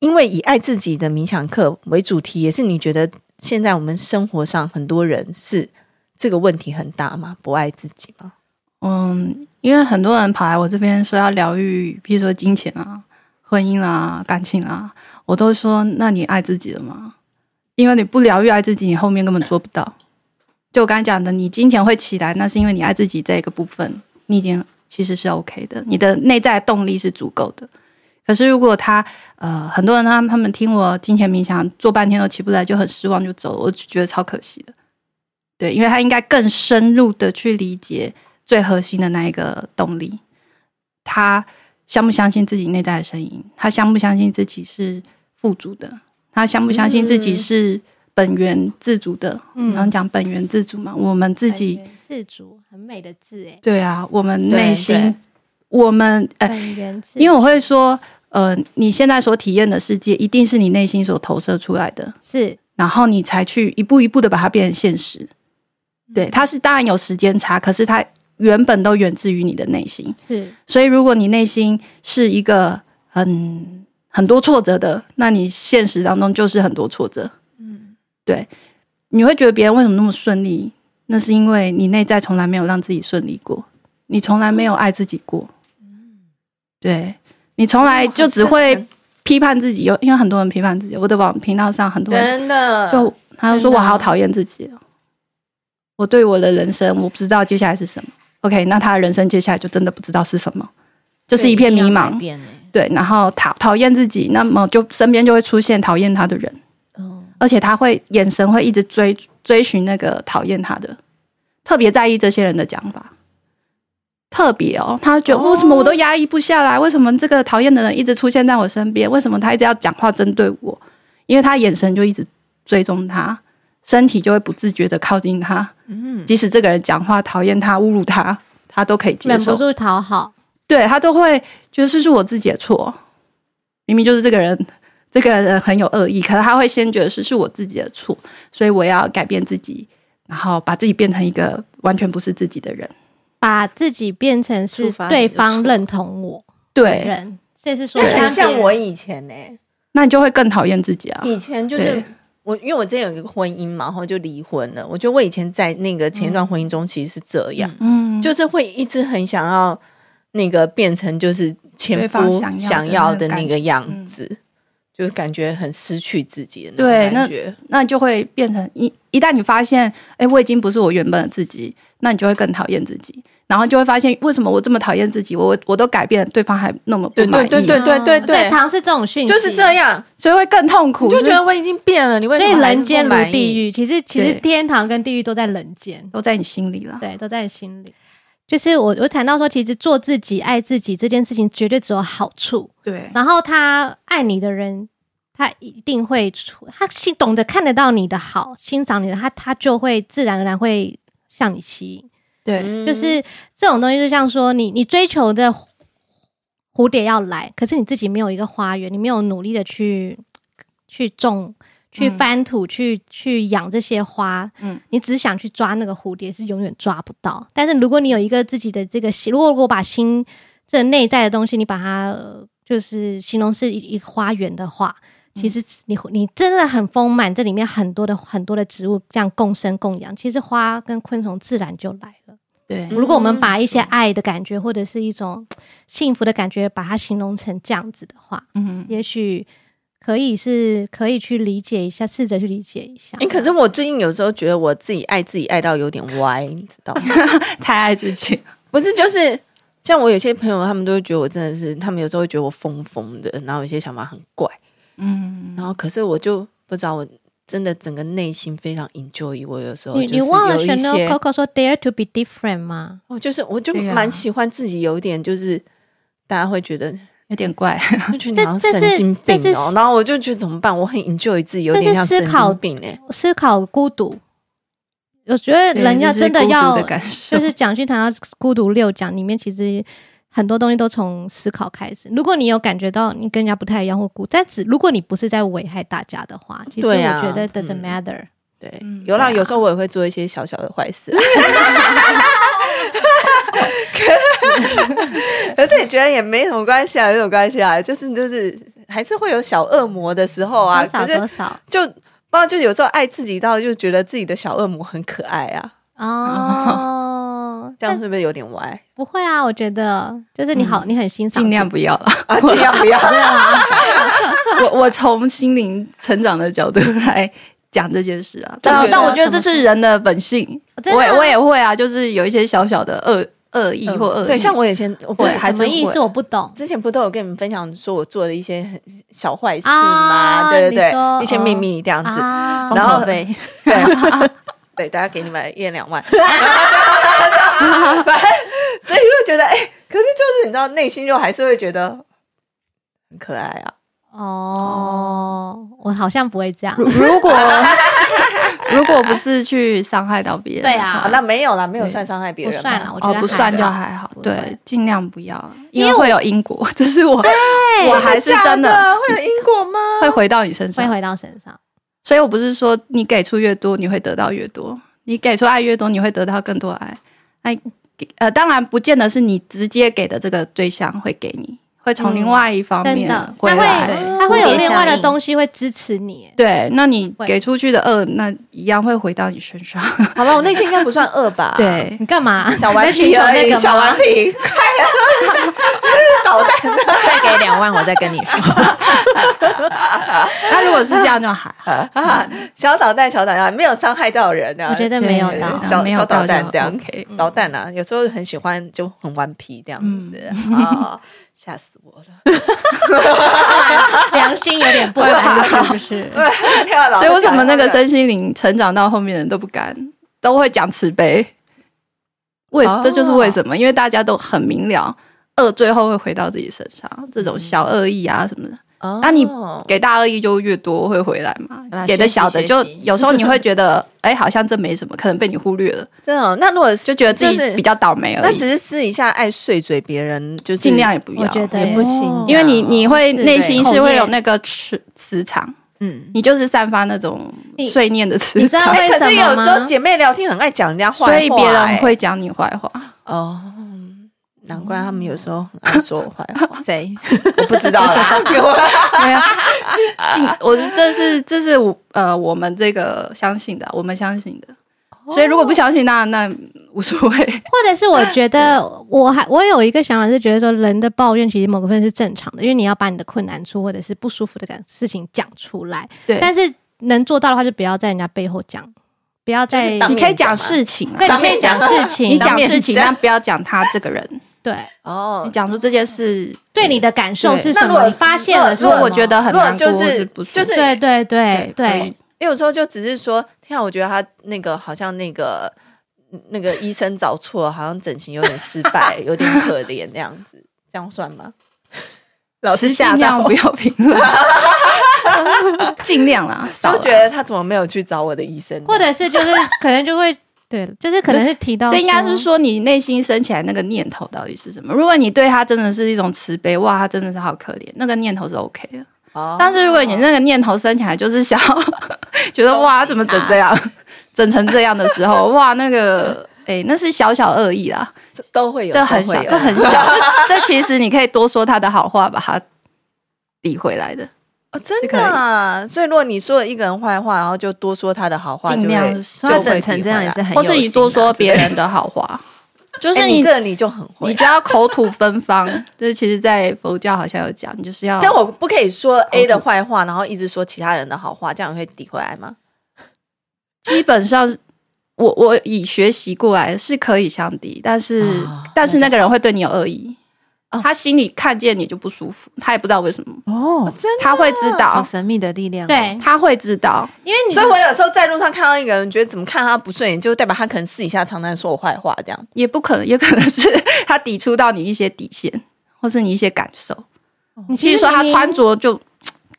Speaker 1: 因为以爱自己的冥想课为主题，也是你觉得现在我们生活上很多人是这个问题很大吗？不爱自己吗？
Speaker 2: 嗯，因为很多人跑来我这边说要疗愈，比如说金钱啊、婚姻啊、感情啊，我都说那你爱自己了吗？因为你不疗愈爱自己，你后面根本做不到。就我刚才讲的，你金钱会起来，那是因为你爱自己这个部分，你已经其实是 OK 的，你的内在动力是足够的。可是如果他呃，很多人他他们听我金钱冥想做半天都起不来，就很失望就走了，我就觉得超可惜的。对，因为他应该更深入的去理解最核心的那一个动力，他相不相信自己内在的声音，他相不相信自己是富足的，他相不相信自己是本源自足的。
Speaker 4: 嗯
Speaker 2: 然后讲本源自足嘛，我们自己
Speaker 4: 本源自主，很美的字哎，
Speaker 2: 对啊，我们
Speaker 1: 对
Speaker 2: 内
Speaker 1: 对
Speaker 2: 心，我们呃，
Speaker 4: 本源自主，
Speaker 2: 因为我会说，呃，你现在所体验的世界，一定是你内心所投射出来的，
Speaker 4: 是
Speaker 2: 然后你才去一步一步的把它变成现实。
Speaker 1: 嗯
Speaker 2: 对，它是当然有时间差，可是它原本都源自于你的内心。
Speaker 4: 是
Speaker 2: 所以，如果你内心是一个很很多挫折的，那你现实当中就是很多挫折。嗯，对，你会觉得别人为什么那么顺利？那是因为你内在从来没有让自己顺利过，你从来没有爱自己过。对你从来就只会批判自己，有因为很多人批判自己，我的网频道上很多人
Speaker 1: 真的
Speaker 2: 就他就说
Speaker 1: 真的
Speaker 2: 我好讨厌自己哦，我对我的人生我不知道接下来是什么。OK，那他的人生接下来就真的不知道是什么，就是一片迷茫。
Speaker 3: 变呢，
Speaker 2: 对，然后讨讨厌自己，那么就身边就会出现讨厌他的人，
Speaker 3: 嗯，
Speaker 2: 而且他会眼神会一直追追寻那个讨厌他的，特别在意这些人的讲法。特别哦，他觉得、为什么我都压抑不下来？为什么这个讨厌的人一直出现在我身边？为什么他一直要讲话针对我？因为他眼神就一直追踪他，身体就会不自觉的靠近他。嗯，即使这个人讲话讨厌他、侮辱他，他都可以接
Speaker 4: 忍不
Speaker 2: 受。
Speaker 4: 住讨好，
Speaker 2: 对他都会觉得是不是我自己的错，明明就是这个人，这个人很有恶意，可是他会先觉得是是我自己的错，所以我要改变自己，然后把自己变成一个完全不是自己的人。
Speaker 4: 把自己变成是
Speaker 3: 触发你的
Speaker 4: 对方
Speaker 3: 错
Speaker 4: 认同我别
Speaker 2: 对，
Speaker 4: 人，这是说
Speaker 1: 那很
Speaker 4: 别
Speaker 1: 像
Speaker 4: 人
Speaker 1: 我以前呢、
Speaker 2: 那你就会更讨厌自己啊。
Speaker 1: 以前就是
Speaker 2: 对
Speaker 1: 我，因为我之前有一个婚姻嘛，然后就离婚了。我觉得我以前在那个前一段婚姻中其实是这样，
Speaker 2: 嗯，就
Speaker 1: 就是会一直很想要那个变成就是前
Speaker 2: 对
Speaker 1: 夫嗯
Speaker 2: 方想要的
Speaker 1: 想要的那个样子。就是感觉很失去自己的那
Speaker 2: 对
Speaker 1: 种
Speaker 2: 那
Speaker 1: 感觉。
Speaker 2: 那你就会变成一一旦你发现，哎，我已经不是我原本的自己，那你就会更讨厌自己，然后就会发现为什么我这么讨厌自己，我我都改变了，对方还那么不
Speaker 1: 对
Speaker 2: 满
Speaker 1: 对
Speaker 2: 意，
Speaker 1: 对对对对
Speaker 4: 在
Speaker 1: 对，
Speaker 4: 尝试这种讯息，
Speaker 1: 就是这样，
Speaker 2: 所以会更痛苦，
Speaker 1: 你就觉
Speaker 2: 是
Speaker 1: 嗯得我已经变了，你为
Speaker 4: 所
Speaker 1: 什
Speaker 4: 以
Speaker 1: 么还是
Speaker 4: 人
Speaker 1: 不
Speaker 4: 间如
Speaker 1: 满
Speaker 4: 地
Speaker 1: 意？
Speaker 4: 狱，其实其实
Speaker 2: 对
Speaker 4: 天堂跟地狱都在人间，
Speaker 2: 都在你心里
Speaker 1: 啊
Speaker 2: 了。
Speaker 4: 对，都在你心里。就是我我谈到说，其实做自己、爱自己这件事情绝对只有好处，
Speaker 2: 对
Speaker 4: 然后他爱你的人，他一定会出，他欣懂得看得到你的好，欣赏你的，他他就会自然而然会向你吸引。
Speaker 2: 对
Speaker 1: 嗯
Speaker 4: 就是这种东西，就像说你你追求的蝴蝴蝶要来，可是你自己没有一个花园，你没有努力的去去种、去
Speaker 2: 嗯
Speaker 4: 翻土、去去养这些花，
Speaker 2: 嗯
Speaker 4: 嗯，你只想去抓那个蝴蝶，是永远抓不到。但是如果你有一个自己的这个心，如果我把心这内在的东西，你把它、呃就是形容是一一个花园的话。其实你你真的很丰满，这里面很多的很多的植物这样共生共养，其实花跟昆虫自然就来了。
Speaker 2: 对
Speaker 1: 嗯
Speaker 4: 如果我们把一些爱的感觉，或者是一种幸福的感觉，把它形容成这样子的话，
Speaker 2: 嗯，
Speaker 4: 也许可以是可以去理解一下，试着去理解一下。
Speaker 1: 诶可是我最近有时候觉得我自己爱自己爱到有点歪，你知道吗？
Speaker 2: 太爱自己，
Speaker 1: 不是，就是像我有些朋友，他们都会觉得我真的是，他们有时候会觉得我疯疯的，然后有些想法很怪，
Speaker 2: 嗯，
Speaker 1: 然后可是我就不知道，我真的整个内心非常 enjoy。我有时候
Speaker 4: 你
Speaker 1: 就是
Speaker 4: 你忘了
Speaker 1: 有一
Speaker 4: Chanel
Speaker 1: 些
Speaker 4: Coco 说 “Dare to be different” 吗？
Speaker 1: 我就是我就
Speaker 2: 对啊
Speaker 1: 蛮喜欢自己有一点就是。大家会觉 得
Speaker 2: 有点怪，
Speaker 1: 就觉得你好像
Speaker 4: 这这是
Speaker 1: 神经病
Speaker 4: 这
Speaker 1: 哦
Speaker 4: 是，
Speaker 1: 然后我就觉得怎么办？我很 enjoy 自己，有
Speaker 4: 这
Speaker 1: 点
Speaker 4: 是
Speaker 1: 像
Speaker 4: 思
Speaker 1: 神
Speaker 4: 考
Speaker 1: 经病哎、
Speaker 4: 思考孤独，我觉得人要
Speaker 2: 对
Speaker 4: 真的
Speaker 2: 就是孤独
Speaker 4: 要
Speaker 2: 的感受，
Speaker 4: 就是蒋勋谈到孤独六讲里面，其实很多东西都从思考开始。如果你有感觉到你跟人家不太一样或孤，但只如果你不是在危害大家的话，其实我
Speaker 1: 对啊
Speaker 4: 觉得 doesn't
Speaker 1: 嗯
Speaker 4: matter。
Speaker 1: 对，
Speaker 2: 嗯
Speaker 1: 有啦，
Speaker 2: 对啊
Speaker 1: 有时候我也会做一些小小的坏事啊。 可是也觉得也没什么关系啊，没什么关系啊，就是就是还是会有小恶魔的时候啊。可
Speaker 4: 多少
Speaker 1: 是
Speaker 4: 多少
Speaker 1: 就不知道，就有时候爱自己到就觉得自己的小恶魔很可爱啊，
Speaker 4: 哦，
Speaker 1: 这样
Speaker 4: 但
Speaker 1: 是不是有点歪
Speaker 4: 不会啊，我觉得就是你好，你很欣赏，
Speaker 2: 尽量不要了。
Speaker 1: 啊？尽量 不要。
Speaker 2: 我我从心灵成长的角度来讲这件事啊，
Speaker 1: 就觉
Speaker 2: 但
Speaker 1: 得
Speaker 2: 但我觉得这是人的本性，
Speaker 4: 真的
Speaker 2: 我也
Speaker 4: 啊嗯
Speaker 2: 我也会啊，就是有一些小小的恶恶意或恶意，
Speaker 1: 对，像我以前我不
Speaker 2: 会
Speaker 1: 是
Speaker 2: 还
Speaker 4: 什
Speaker 2: 是
Speaker 4: 么意
Speaker 2: 会
Speaker 4: 思？我不懂。
Speaker 1: 之前不都有跟你们分享说我做了一些很小坏事
Speaker 4: 啊
Speaker 1: 吗？对对
Speaker 4: 你说
Speaker 1: 对，一些秘密这样子。
Speaker 4: 啊
Speaker 1: 然后
Speaker 2: 费，
Speaker 1: 对啊对，大家给你们一人两 万，反正所以就觉得哎、可是就是你知道，内心就还是会觉得很可爱啊。
Speaker 4: 哦，我好像不会这样
Speaker 2: 如。如果 如果不是去伤害到别人的
Speaker 4: 对啊
Speaker 2: 话，
Speaker 1: 啊，那没有啦，没有
Speaker 2: 对
Speaker 1: 算伤害别人啊
Speaker 4: 不
Speaker 1: 吧，
Speaker 4: 算啦啊我觉
Speaker 2: 哦
Speaker 4: 得
Speaker 2: 不
Speaker 4: 还
Speaker 2: 算就
Speaker 4: 好
Speaker 2: 还好，
Speaker 4: 不
Speaker 2: 对
Speaker 4: 会，
Speaker 2: 尽量不要，因
Speaker 4: 因为
Speaker 2: 为
Speaker 4: 我
Speaker 2: 会有因果， 这是我
Speaker 4: 对
Speaker 2: 我还是真
Speaker 1: 的
Speaker 2: 的
Speaker 1: 会有因果吗？
Speaker 2: 会回到你身
Speaker 4: 会
Speaker 2: 上，
Speaker 4: 回到身上，
Speaker 2: 所以我不是说你给出越多，你会得到越多；你给出爱越多，你会得到更多爱。爱，呃，当然不见得是你直接给的这个对象会给你，会从另外一方
Speaker 4: 嗯真
Speaker 2: 面啊
Speaker 4: 的，
Speaker 2: 回
Speaker 4: 他
Speaker 2: 来。
Speaker 4: 会他会
Speaker 2: 蝴
Speaker 4: 有
Speaker 2: 蝶
Speaker 4: 另外
Speaker 2: 效
Speaker 4: 的
Speaker 2: 应
Speaker 4: 东西会支持 你。
Speaker 2: 对，那你
Speaker 4: 会
Speaker 2: 给出去的恶，那一样会回到你身 上。
Speaker 1: 好了，我内心应该不算恶吧？，
Speaker 2: 对，
Speaker 4: 你干嘛？
Speaker 1: 小顽
Speaker 4: 你在寻
Speaker 1: 皮
Speaker 4: 求
Speaker 1: 而
Speaker 4: 那
Speaker 1: 已，
Speaker 4: 个
Speaker 1: 小顽
Speaker 4: 吗？
Speaker 1: 皮，快啊！捣蛋，
Speaker 3: 再给两万，我再跟你说。
Speaker 2: 那如果是这样就还好，
Speaker 1: 小捣蛋，小捣蛋，没有伤害到人啊。
Speaker 4: 我觉得
Speaker 2: 对
Speaker 4: 没有
Speaker 1: 对
Speaker 4: 到。
Speaker 1: 小
Speaker 2: 没有
Speaker 1: 小
Speaker 2: 到
Speaker 1: 捣
Speaker 2: 就
Speaker 1: 蛋这样
Speaker 2: OK
Speaker 1: 捣蛋啊，有时候很喜欢就很顽皮这样子啊，吓死我了！
Speaker 4: 良心有点 不安，是不是？
Speaker 2: 所以为什么那个身心灵成长到后面的人都不敢，都会讲慈悲？为、
Speaker 1: 哦
Speaker 2: 这就是为什么，因为大家都很明了，恶最后会回到自己身上，这种小恶意啊什么的，
Speaker 1: 哦
Speaker 2: 那你给大恶意就越多会回来嘛，
Speaker 3: 啊
Speaker 2: 给的小的
Speaker 3: 学习
Speaker 2: 就
Speaker 3: 学习
Speaker 2: 有时候你会觉得，哎、好像这没什么，可能被你忽略了，
Speaker 1: 真的哦？那如果是
Speaker 2: 就觉得自
Speaker 1: 就是
Speaker 2: 己比较倒霉而
Speaker 1: 那
Speaker 2: 已，
Speaker 1: 只是私底下爱碎嘴别人，就是
Speaker 2: 尽量也不要，
Speaker 4: 我觉得
Speaker 1: 也不行
Speaker 3: 哦，
Speaker 2: 因为你你会
Speaker 4: 是
Speaker 2: 内心
Speaker 4: 对
Speaker 2: 是会有
Speaker 4: 口业
Speaker 2: 那个磁磁场，
Speaker 3: 嗯，
Speaker 2: 你就是散发那种
Speaker 4: 你
Speaker 2: 碎念的磁
Speaker 4: 你知道
Speaker 2: 场。
Speaker 4: 为
Speaker 1: 可
Speaker 4: 什
Speaker 1: 是有
Speaker 4: 么
Speaker 1: 时候
Speaker 4: 吗？
Speaker 1: 姐妹聊天很爱讲人家坏话，
Speaker 2: 所以别人
Speaker 1: 哎
Speaker 2: 会讲你坏话，
Speaker 1: 哦。难怪他们有时候很爱说我坏话，谁我不知道啦。
Speaker 2: 没有，尽我觉得这是这是我呃我们这个相信的，我们相信的，
Speaker 1: 哦
Speaker 2: 所以如果不相信，那那无所 谓。
Speaker 4: 或者是我觉得
Speaker 2: 嗯
Speaker 4: 我还我有一个想法是觉得说，人的抱怨其实某个部分是正常的，因为你要把你的困难处或者是不舒服的感事情讲出来，
Speaker 2: 对，
Speaker 4: 但是能做到的话，就不要在人家背后讲，不要在
Speaker 1: 就是当
Speaker 2: 你可以
Speaker 1: 面讲
Speaker 2: 讲
Speaker 1: 嘛
Speaker 2: 事情啊，
Speaker 4: 对
Speaker 1: 当
Speaker 4: 你可
Speaker 1: 面
Speaker 4: 以
Speaker 1: 讲
Speaker 4: 讲事情，
Speaker 2: 你
Speaker 4: 然后
Speaker 2: 讲
Speaker 1: 面
Speaker 2: 事情，
Speaker 1: 讲
Speaker 2: 但不要讲他这个人。
Speaker 4: 对
Speaker 1: 哦
Speaker 2: 你，讲出这件事，
Speaker 4: 对你的感受
Speaker 2: 对
Speaker 4: 是
Speaker 1: 那
Speaker 4: 什
Speaker 1: 如
Speaker 4: 么？
Speaker 1: 果
Speaker 4: 你发现
Speaker 1: 如
Speaker 4: 了
Speaker 1: 果
Speaker 4: 什
Speaker 2: 如
Speaker 4: 么？
Speaker 2: 果我觉得很
Speaker 1: 如果
Speaker 2: 难过，
Speaker 1: 就
Speaker 2: 或
Speaker 1: 是
Speaker 2: 是不舒服
Speaker 1: 就是
Speaker 4: 对对对
Speaker 2: 可以
Speaker 4: 对，
Speaker 1: 因为有时候就只是说，天啊，我觉得他那个好像那个那个医生找错，好像整形有点失败，有点可怜那样子，这样算吗？老师吓
Speaker 2: 尽量
Speaker 1: 到我
Speaker 2: 不，要评 论，尽量啦，少
Speaker 1: 都
Speaker 2: 啦
Speaker 1: 觉得他怎么没有去找我的医生呢？
Speaker 4: 或者是 就是可能就会对，就是可能是提到
Speaker 2: 这应该是说你内心升起来那个念头到底是什么。如果你对他真的是一种慈悲，哇，他真的是好可怜，那个念头是 OK 的。
Speaker 1: 哦，
Speaker 2: 但是如果你那个念头升起来就是想要 觉得哇，他怎么整这样，整成这样的时候，哇，那个。哎、那是小小恶意啦，
Speaker 1: 这都会有，
Speaker 2: 这很
Speaker 1: 都会
Speaker 2: 小，
Speaker 1: 有
Speaker 2: 这很小，这这其实你可以多说他的好话，把他抵回来的，
Speaker 1: 哦，真的啊。所以如果你说了一个人坏话，然后就多说他的好话，就
Speaker 2: 尽
Speaker 1: 会
Speaker 2: 量
Speaker 1: 就
Speaker 3: 他
Speaker 1: 会
Speaker 3: 整成这样也是
Speaker 1: 诋毁啊。
Speaker 3: 很有
Speaker 2: 或
Speaker 3: 心啊，
Speaker 2: 是你多说别
Speaker 3: 真的，
Speaker 2: 人的好话，就
Speaker 1: 哎
Speaker 2: 是
Speaker 1: 你
Speaker 2: 你
Speaker 1: 这你就很会
Speaker 2: 你，就要口吐芬芳，就是其实，在佛教好像有讲，你就是要
Speaker 1: 但我不可以说
Speaker 2: 口
Speaker 1: A 的
Speaker 2: 吐
Speaker 1: 坏话，然后一直说其他人的好话，这样会诋毁来吗？
Speaker 2: 基本上，我我以学习过来是可以相敌，但是、
Speaker 1: 啊
Speaker 2: 但是那个人会对你有恶意，
Speaker 1: 哦
Speaker 2: 他心里看见你就不舒服，他也不知道为什么，
Speaker 3: 哦，
Speaker 1: 真
Speaker 2: 他会知
Speaker 3: 好
Speaker 2: 道，
Speaker 3: 神秘的力量，，哦
Speaker 4: 对，
Speaker 2: 他会知道，
Speaker 4: 因为你
Speaker 1: 所以我有时候在路上看到一个人，觉得怎么看他不顺眼，就代表他可能私底下常常说我坏话，这样
Speaker 2: 也不可能，也可能是 他抵触到你一些底线，或是你一些感受。
Speaker 4: 你
Speaker 2: 譬
Speaker 4: 其
Speaker 2: 如
Speaker 4: 实
Speaker 2: 说，他
Speaker 4: 明明
Speaker 2: 穿着就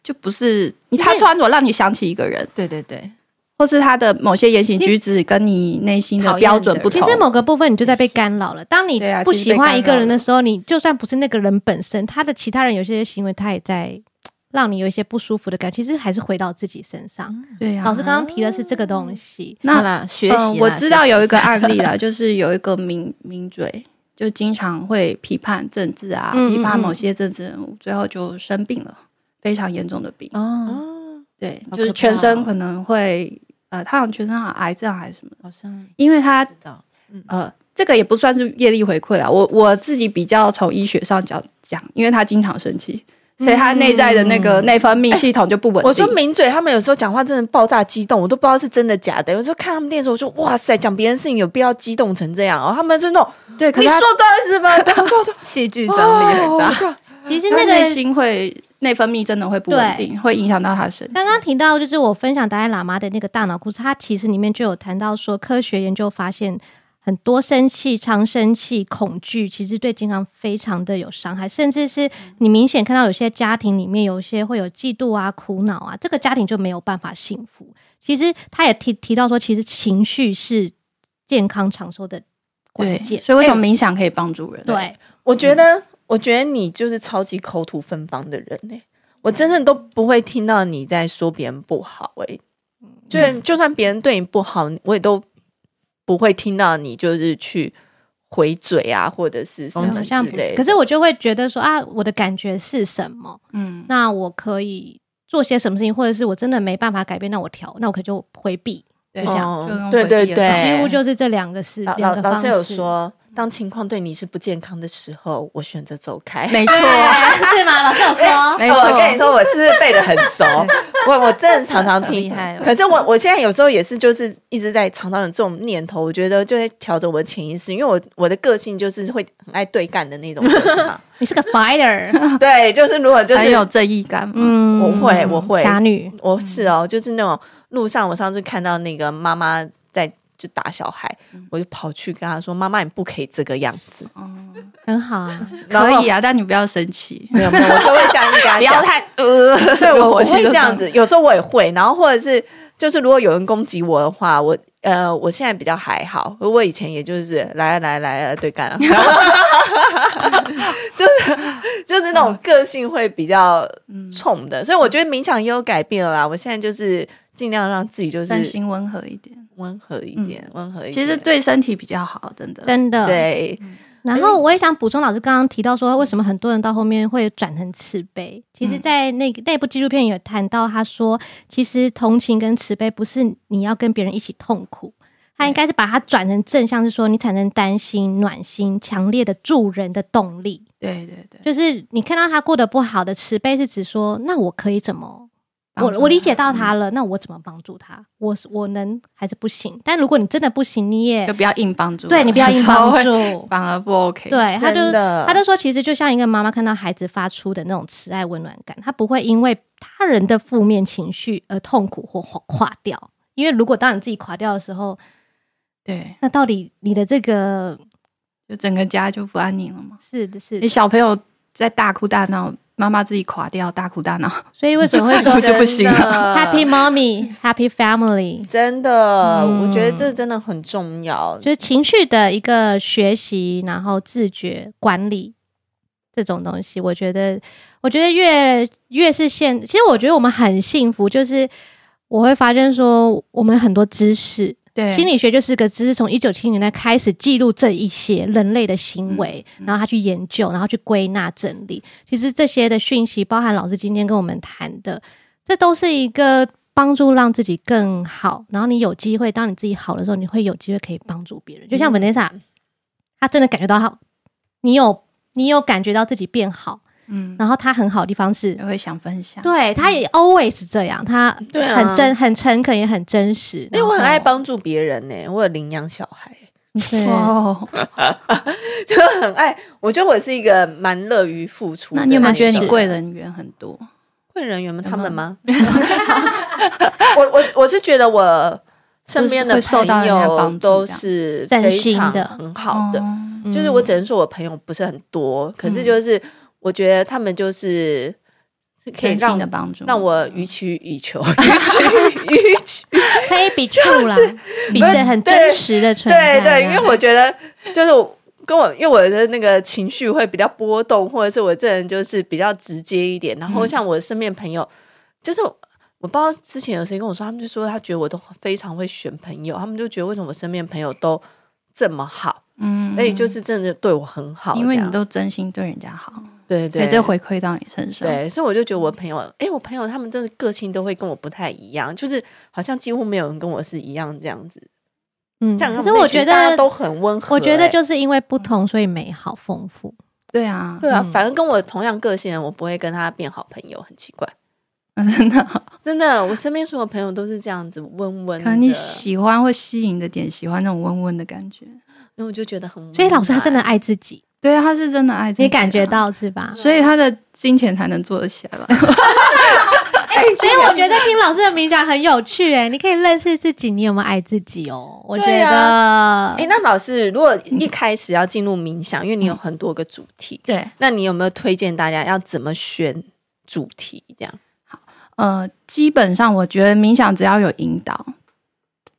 Speaker 2: 就不是你，他穿着让你想起一个人，
Speaker 3: 对对对，
Speaker 2: 或是他的某些言行
Speaker 4: 其
Speaker 2: 举止跟你内心的
Speaker 3: 讨厌
Speaker 2: 标准
Speaker 3: 的
Speaker 2: 不
Speaker 4: 其
Speaker 2: 同。
Speaker 4: 实某个部分你就在被干扰了。当你
Speaker 2: 对啊
Speaker 4: 不
Speaker 2: 其实
Speaker 4: 喜
Speaker 2: 被干
Speaker 4: 欢一个
Speaker 2: 扰
Speaker 4: 人
Speaker 2: 了
Speaker 4: 的时候，你就算不是那个人本身，他的其他人有些行为，他也在让你有一些不舒服的感觉。其实还是回到自己身上。
Speaker 2: 对呀、
Speaker 4: 老师刚刚提的是这个东西，
Speaker 2: 那
Speaker 3: 好啦，学习啦
Speaker 2: 嗯，我知道有一个
Speaker 3: 学习
Speaker 2: 案 例啦， 就是有一个名名嘴，就经常会批判政治啊，
Speaker 4: 嗯
Speaker 2: 批判
Speaker 4: 嗯嗯
Speaker 2: 某些政治人物，最后就生病了，非常严重的病。
Speaker 3: 哦，
Speaker 2: 对，
Speaker 3: 好
Speaker 2: 就是
Speaker 3: 可怕
Speaker 2: 全身
Speaker 3: 哦
Speaker 2: 可能会呃，他好像全身好像癌症还是什么，
Speaker 3: 好像
Speaker 2: 因为他
Speaker 3: 知道，嗯
Speaker 2: 呃，这个也不算是业力回馈啦。我我自己比较从医学上讲讲，因为他经常生气。所以他
Speaker 3: 嗯
Speaker 2: 内在的那个内分泌系统就不稳定。
Speaker 1: 我说名嘴他们有时候讲话真的爆炸激动，我都不知道是真的假的。有时候看他们电视，我说哇塞，讲别人事情有必要激动成这样哦？他们是那种
Speaker 2: 对，可
Speaker 1: 你
Speaker 2: 是
Speaker 1: 说到
Speaker 2: 他
Speaker 1: 底是什 么？对啊对对，
Speaker 3: 戏剧张力很大，
Speaker 1: 大。
Speaker 4: 其实
Speaker 2: 他
Speaker 4: 那个
Speaker 2: 内心会内分泌真的会不稳定，会影响到他的身体。
Speaker 4: 刚刚提到，就是我分享达赖喇嘛的那个大脑故事，它其实里面就有谈到说，科学研究发现，很多生气、常生气、恐惧，其实对健康非常的有伤害，甚至
Speaker 2: 嗯
Speaker 4: 是你明显看到有些家庭里面有一些会有嫉妒啊、苦恼啊，这个家庭就没有办法幸福。其实他也提提到说，其实情绪是健康长寿的关键。哎
Speaker 2: 所以为什么冥想可以帮助人？
Speaker 4: 对，
Speaker 1: 我觉
Speaker 4: 嗯
Speaker 1: 得，我觉得你就是超级口吐芬芳的人呢、欸我真的都不会听到你在说别人不好哎、
Speaker 4: 嗯
Speaker 1: 就就算别人对你不好，我也都不会听到你就是去回嘴啊，或者是
Speaker 2: 嗯
Speaker 1: 什么
Speaker 4: 哦好
Speaker 1: 之
Speaker 4: 像不
Speaker 1: 类
Speaker 4: 是。
Speaker 1: 的。
Speaker 4: 可是我就会觉得说啊，我的感觉是什么？
Speaker 2: 嗯，
Speaker 4: 那我可以做些什么事情，或者是我真的没办法改变，那我调，那我可就回避。
Speaker 2: 对
Speaker 1: 哦
Speaker 2: 这样就跟
Speaker 1: 对对
Speaker 2: 回避有关
Speaker 1: 对
Speaker 4: 几乎就是这两个事，
Speaker 1: 老
Speaker 4: 两
Speaker 1: 老
Speaker 4: 个
Speaker 1: 老
Speaker 4: 方
Speaker 1: 师
Speaker 4: 式
Speaker 1: 有，说，当情况对你是不健康的时候，我选择走开。
Speaker 2: 没错
Speaker 4: 对，，哎是吗？老师有说，
Speaker 2: 没错。
Speaker 1: 我跟你说，我是不是背的很 熟？我我真的常常听
Speaker 3: 厉害，哦
Speaker 1: 可是我我现在有时候也是，就是一直在常常有这种念头，我觉得就在调整我的潜意识，因为我我的个性就是会很爱对干的那种个性 嘛。
Speaker 4: 你是个 fighter，
Speaker 1: 对，就是如果就
Speaker 2: 很
Speaker 1: 是
Speaker 2: 有正义感嘛。
Speaker 4: 嗯
Speaker 1: 我会我会
Speaker 4: 侠女，
Speaker 1: 我是哦，就是那种路上，我上次看到那个妈妈在就打小孩，
Speaker 2: 嗯
Speaker 1: 我就跑去跟她说：“妈妈，你不可以这个样子。
Speaker 4: 很好啊。
Speaker 2: 哦可以啊，但你不要生气”，
Speaker 1: 没有，没有，我就会这样跟她讲
Speaker 2: 不要。太呃，
Speaker 1: 对我我
Speaker 2: 火气
Speaker 1: 会
Speaker 2: 就
Speaker 1: 这
Speaker 2: 上
Speaker 1: 样
Speaker 2: 来。
Speaker 1: 子，有时候我也会，然后或者是就是如果有人攻击我的话，我呃我现在比较还好，我以前也就是来啊来啊来啊对干 啊，然后就是就是那
Speaker 4: 嗯
Speaker 1: 种个性会比较
Speaker 2: 嗯
Speaker 1: 冲的，所以我觉得冥想也有改变了啦。我现在就是尽量让自己就是
Speaker 2: 身心温和一点，
Speaker 1: 温和一
Speaker 4: 嗯
Speaker 1: 点，温和一点。
Speaker 2: 其实对身体比较好，真的。
Speaker 4: 真的。。
Speaker 1: 对，
Speaker 2: 哎
Speaker 4: 然后我也想补充，老师刚刚提到说，为什么很多人到后面会转成慈悲？其
Speaker 2: 嗯
Speaker 4: 实，在那个那部纪录片有谈到，他说，其实同情跟慈悲不是你要跟别人一起痛苦，他应该是把它转成正向，是说你产生担心、暖心、强烈的助人的动力。
Speaker 2: 对对对，
Speaker 4: 就是你看到他过得不好的慈悲，是指说，那我可以怎么？我
Speaker 2: 帮助
Speaker 4: 我理解到
Speaker 2: 嗯
Speaker 4: 他了，那我怎么帮助他？我是我能还是不行？但如果你真的不行，你也
Speaker 2: 就不要硬帮助了，
Speaker 4: 对你不 要硬帮
Speaker 2: 有时候
Speaker 4: 助
Speaker 2: 会，反而不 OK。
Speaker 4: 对，哎他就
Speaker 1: 真的
Speaker 4: 他就说，其实就像一个妈妈看到孩子发出的那种慈爱温暖感，他不会因为他人的负面情绪而痛苦或垮垮掉。因为如果当你自己垮掉的时候，
Speaker 2: 对，
Speaker 4: 那到底你的这个
Speaker 2: 就整个家就不安宁了嘛。
Speaker 4: 是是
Speaker 2: 你，小朋友在大哭大闹，妈妈自己垮掉，大哭大闹，
Speaker 4: 所以为什 么会说
Speaker 2: 就不行了
Speaker 4: Happy Mommy Happy Family？
Speaker 1: 真的，
Speaker 2: 嗯
Speaker 1: 我觉得这真的很重要。
Speaker 4: 就是情绪的一个学习，然后自觉管理这种东西，我觉得，我觉得越越是现，其实我觉得我们很幸福，就是我会发现说，我们很多知识，
Speaker 2: 对，
Speaker 4: 心理学就是个知识，从一九七零年代开始记录这一些人类的行为，
Speaker 1: 嗯
Speaker 4: 然后他去研究，然后去归纳整理。其实这些的讯息，包含老师今天跟我们谈的，这都是一个帮助让自己更好。然后你有机会，当你自己好的时候，你会有机会可以帮助别
Speaker 1: 嗯
Speaker 4: 人。就像 Vanessa，、他真的感觉到好，你有你有感觉到自己变好，
Speaker 2: 嗯，
Speaker 4: 然后他很好的地方是
Speaker 2: 也会想分享。
Speaker 4: 对，他也 always 这样，他
Speaker 1: 嗯对啊
Speaker 4: 很真、很诚恳，也很真实。
Speaker 1: 因为我很爱
Speaker 4: 然后
Speaker 1: 帮助别人呢、我有领养小孩，
Speaker 4: 对
Speaker 2: 哦，
Speaker 1: 就很爱。我觉得我是一个蛮乐于付出的
Speaker 2: 那
Speaker 1: 人。
Speaker 2: 你有没有觉得你
Speaker 1: 是
Speaker 2: 贵人缘很多？
Speaker 1: 贵人员们他们 吗？我我我是觉得我身边的
Speaker 2: 就是会受到
Speaker 1: 朋
Speaker 2: 人家帮
Speaker 1: 友
Speaker 2: 助
Speaker 1: 都是
Speaker 4: 真
Speaker 1: 非
Speaker 4: 心
Speaker 1: 常
Speaker 4: 的
Speaker 1: 很好的，
Speaker 2: 哦
Speaker 4: 嗯
Speaker 2: 嗯
Speaker 1: 就是我只能说我朋友不是很多，可是就是我觉得他们就是是可以
Speaker 2: 真心
Speaker 1: 让
Speaker 2: 的帮助，哦
Speaker 1: 让我予取予求， 予取予求。
Speaker 4: 可以比处啦，比
Speaker 1: 不是
Speaker 4: 着很真实的存在啊
Speaker 1: 对
Speaker 4: 这样。
Speaker 1: 对，因为我觉得就是我跟我，因为我的那个情绪会比较波动，或者是我这人就是比较直接一点。然
Speaker 4: 嗯
Speaker 1: 后像我身边朋友，就是我不知道之前有谁跟我说，他们就说他觉得我都非常会选朋友，他们就觉得为什么我身边朋友都这么好，
Speaker 2: 嗯
Speaker 1: 而且哎就是真的对我很好这样，
Speaker 2: 因为你都真心对人家好，
Speaker 1: 对
Speaker 2: 对，
Speaker 1: 对
Speaker 2: 这回馈到你身上。
Speaker 1: 对，所以我就觉得我朋友，哎、我朋友他们真的个性都会跟我不太一样，就是好像几乎没有人跟我是一样这样子。
Speaker 4: 嗯，
Speaker 1: 像
Speaker 4: 可
Speaker 1: 我
Speaker 4: 是
Speaker 1: 们
Speaker 4: 我
Speaker 1: 这群
Speaker 4: 觉
Speaker 1: 大家
Speaker 4: 得
Speaker 1: 都，很欸温和、哎
Speaker 4: 我觉
Speaker 1: 诶
Speaker 4: 得就是因为不同，所以美好丰富。
Speaker 2: 对啊，
Speaker 1: 对啊，反正跟我同样个性的人，我不会跟他变好朋友，很奇怪。
Speaker 2: 真的，哦
Speaker 1: 真的，我身边所有朋友都是这样子温温
Speaker 2: 可
Speaker 1: 的，
Speaker 2: 能你喜欢或吸引的点，喜欢那种温温的感觉。
Speaker 1: 因为我就觉得很温暖。
Speaker 4: 所以老师他真的爱自己，
Speaker 2: 对啊，他是真的爱
Speaker 1: 嗯
Speaker 2: 自己啊，
Speaker 4: 你感觉到是吧？
Speaker 2: 所以他的金钱才能做得起来吧？
Speaker 1: 啊
Speaker 4: 哎，所以我觉得听老师的冥想很有趣哎，你可以认识自己，你有没有爱自己哦？我觉
Speaker 1: 对
Speaker 4: 得
Speaker 1: 哎、，那老师，如果一开始要进入冥想，因为你有很多个主题，
Speaker 2: 对，
Speaker 1: 那你有没有推荐大家要怎么选主题？这样
Speaker 2: 呃，基本上我觉得冥想只要有引导，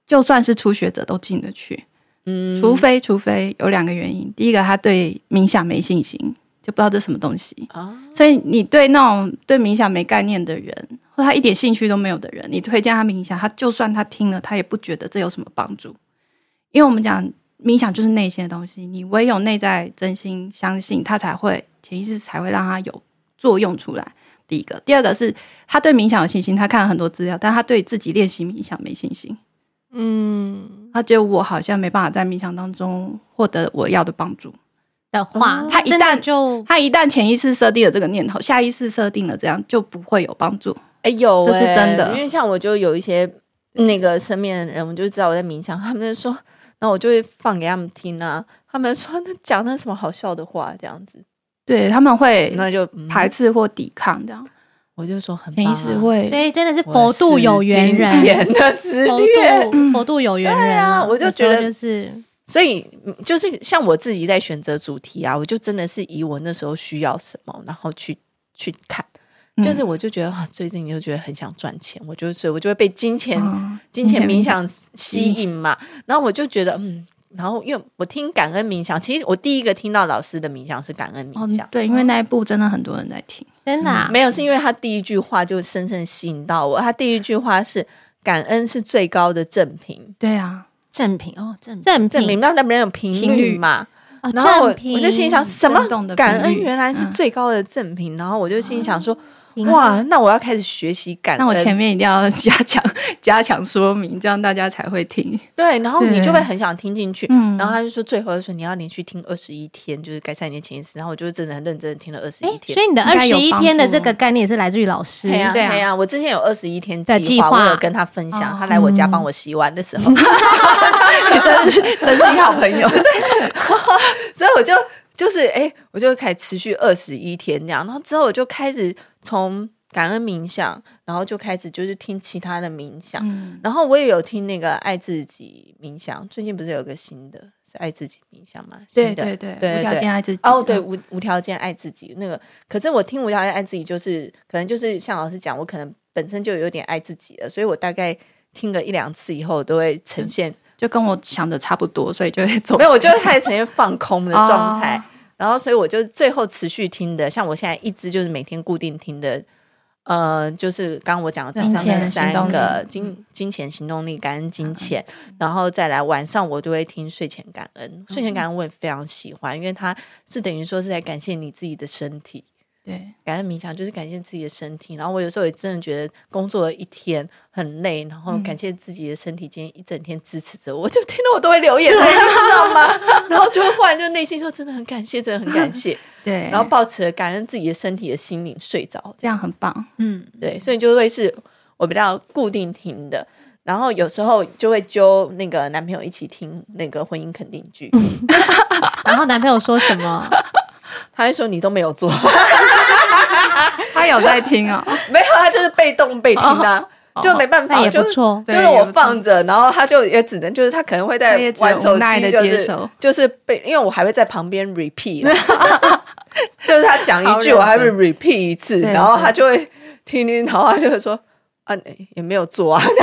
Speaker 2: 就算是初学者都进得去，
Speaker 1: 嗯
Speaker 2: 除非除非有两个原因，第一个他对冥想没信心，就不知道这什么东西，
Speaker 1: 啊，
Speaker 2: 所以你对那种对冥想没概念的人，或他一点兴趣都没有的人，你推荐他冥想，他就算他听了，他也不觉得这有什么帮助，因为我们讲冥想就是内心的东西，你唯有内在真心相信，它才会潜意识才会让它有作用出来。第一个，第二个是他对冥想有信心，他看了很多资料，但他对自己练习冥想没信心，
Speaker 4: 嗯
Speaker 2: 他觉得我好像没办法在冥想当中获得我要的帮助。
Speaker 4: 的话，
Speaker 1: 哦
Speaker 2: 他一
Speaker 4: 真的
Speaker 2: 旦
Speaker 4: 就
Speaker 2: 他一旦潜意识设定了这个念头，下意识设定了这样就不会有帮助。
Speaker 1: 哎、有、
Speaker 2: 这是
Speaker 1: 诶
Speaker 2: 真的
Speaker 1: 因为像我就有一些那个身边的人，我就知道我在冥想，他们就说，然后我就会放给他们听啊，他们说那讲那什么好笑的话这样子，
Speaker 2: 对他们会
Speaker 1: 那就、嗯
Speaker 2: 排斥或抵抗这样，
Speaker 1: 我就说很
Speaker 2: 潜意
Speaker 1: 棒
Speaker 2: 识
Speaker 1: 啊
Speaker 2: 会
Speaker 4: 所以真的是佛度有缘
Speaker 1: 我是金
Speaker 4: 人，
Speaker 1: 钱的资
Speaker 4: 佛
Speaker 1: 源。
Speaker 4: 度佛度有缘
Speaker 1: 对
Speaker 4: 人
Speaker 1: 啊
Speaker 4: 啊，
Speaker 1: 我就
Speaker 4: 有时候
Speaker 1: 觉得
Speaker 4: 就是
Speaker 1: 所以嗯就是像我自己在选择主题啊，我就真的是以我那时候需要什么，然后去去看。
Speaker 2: 嗯
Speaker 1: 就是我就觉得啊，最近就觉得很想赚钱，我就所以我就会被金钱、
Speaker 2: 嗯
Speaker 1: 金钱冥
Speaker 2: 冥
Speaker 1: 想吸引嘛。然后我就觉得嗯，然后因为我听感恩冥想，其实我第一个听到老师的冥想是感恩冥
Speaker 2: 哦
Speaker 1: 想，，
Speaker 2: 对，因为那一部真的很多人在听，
Speaker 4: 真的啊
Speaker 1: 没有，是因为他第一句话就深深吸引到我。他第一句话是“感恩是最高的正品
Speaker 2: 对啊，
Speaker 3: 正品哦，正品
Speaker 4: 正”，
Speaker 1: 正
Speaker 4: 品
Speaker 1: 品那那边有频
Speaker 2: 频
Speaker 1: 率
Speaker 2: 率
Speaker 1: 嘛？
Speaker 4: 啊
Speaker 1: 然后我
Speaker 4: 正品
Speaker 1: 我就心里想，什么
Speaker 2: 哦震动的频率
Speaker 1: 感恩原来是最高的正品？然后我就心里想说，
Speaker 4: 听
Speaker 1: 哇，那我要开始学习感恩。
Speaker 2: 嗯那我前面一定要加强加强说明，这样大家才会听。
Speaker 1: 对，然后你
Speaker 2: 对
Speaker 1: 就会很想听进去。
Speaker 2: 嗯
Speaker 1: 然后他就说，最后就说你要连续听二十一天，就是该三年前一次。然后我就真的很认真的听了二十
Speaker 4: 哎
Speaker 1: 一，天。
Speaker 4: 所以你的
Speaker 2: 应
Speaker 4: 二
Speaker 2: 该
Speaker 4: 十
Speaker 2: 有
Speaker 4: 一
Speaker 2: 帮
Speaker 4: 天的
Speaker 2: 助
Speaker 4: 这个概念也是来自于老师，
Speaker 1: 对呀、
Speaker 2: 对啊
Speaker 1: 对呀、我之前有二十一天
Speaker 4: 的计
Speaker 1: 划，
Speaker 4: 划
Speaker 1: 我有跟他分享，他来我家帮我洗碗的 时候，
Speaker 2: 哦嗯你真是真是一好朋友，
Speaker 1: 所以我就就是哎、诶我就开始持续二十一天这样，然后之后我就开始从感恩冥想，然后就开始就是听其他的冥想，
Speaker 2: 嗯，
Speaker 1: 然后我也有听那个爱自己冥想，最近不是有个新的是爱自己冥想吗？
Speaker 2: 对
Speaker 1: 新的
Speaker 2: 对对，
Speaker 1: 对
Speaker 2: 无条件爱自己。啊
Speaker 1: 哦，对，无无条件爱自己那个，可是我听无条件爱自己，就是可能就是像老师讲，我可能本身就有点爱自己了，所以我大概听个一两次以后，我都会呈现、
Speaker 2: 就跟我想的差不多，所以就会走
Speaker 1: 没。有，我就会开始呈现放空的状态。
Speaker 2: 哦
Speaker 1: 然后，所以我就最后持续听的，像我现在一直就是每天固定听的，呃，就是刚刚我讲的早上
Speaker 2: 金钱
Speaker 1: 那三
Speaker 2: 行动
Speaker 1: 个
Speaker 2: 力
Speaker 1: 金金钱行动力、感恩金钱，然后再来晚上我就会听睡前感恩，睡前感恩我也非常喜欢，因为它是等于说是在感谢你自己的身体，
Speaker 2: 对，
Speaker 1: 感恩冥想就是感谢自己的身体，然后我有时候也真的觉得工作了一天很累，然后
Speaker 4: 嗯
Speaker 1: 感谢自己的身体今天一整天支持着我， 我就听到我都会流眼泪，你知道吗？然后就忽然就内心说真的很感谢，真的很感 谢，
Speaker 2: 对，
Speaker 1: 然后抱持了感恩自己的身体的心灵睡着，
Speaker 2: 这样很棒。
Speaker 3: 嗯，
Speaker 1: 对，所以就会是我比较固定听的。然后有时候就会揪那个男朋友一起听那个婚姻肯定句，
Speaker 4: 嗯然后男朋友说什 么？
Speaker 1: 他会说你都没有做，
Speaker 2: 他有在听哦，
Speaker 1: 没有，他就是被动被听啊，就没办
Speaker 4: 哦那
Speaker 1: 法，
Speaker 4: 也
Speaker 1: 就
Speaker 4: 不错。
Speaker 1: 就
Speaker 2: 对
Speaker 1: 是
Speaker 2: 也
Speaker 1: 我
Speaker 2: 不错
Speaker 1: 放着，然后他就也只能就是他可能会在
Speaker 2: 他也只
Speaker 1: 玩
Speaker 2: 能
Speaker 1: 手
Speaker 2: 无奈
Speaker 1: 机，
Speaker 2: 的
Speaker 1: 就
Speaker 2: 接
Speaker 1: 是
Speaker 2: 受。
Speaker 1: 就是被，因为我还会在旁边 repeat，老师 就是他讲一句，
Speaker 3: 超认真
Speaker 1: 我还会 repeat 一次，
Speaker 2: 对
Speaker 1: 然后他就会听听，然后他就会说啊也没有做啊，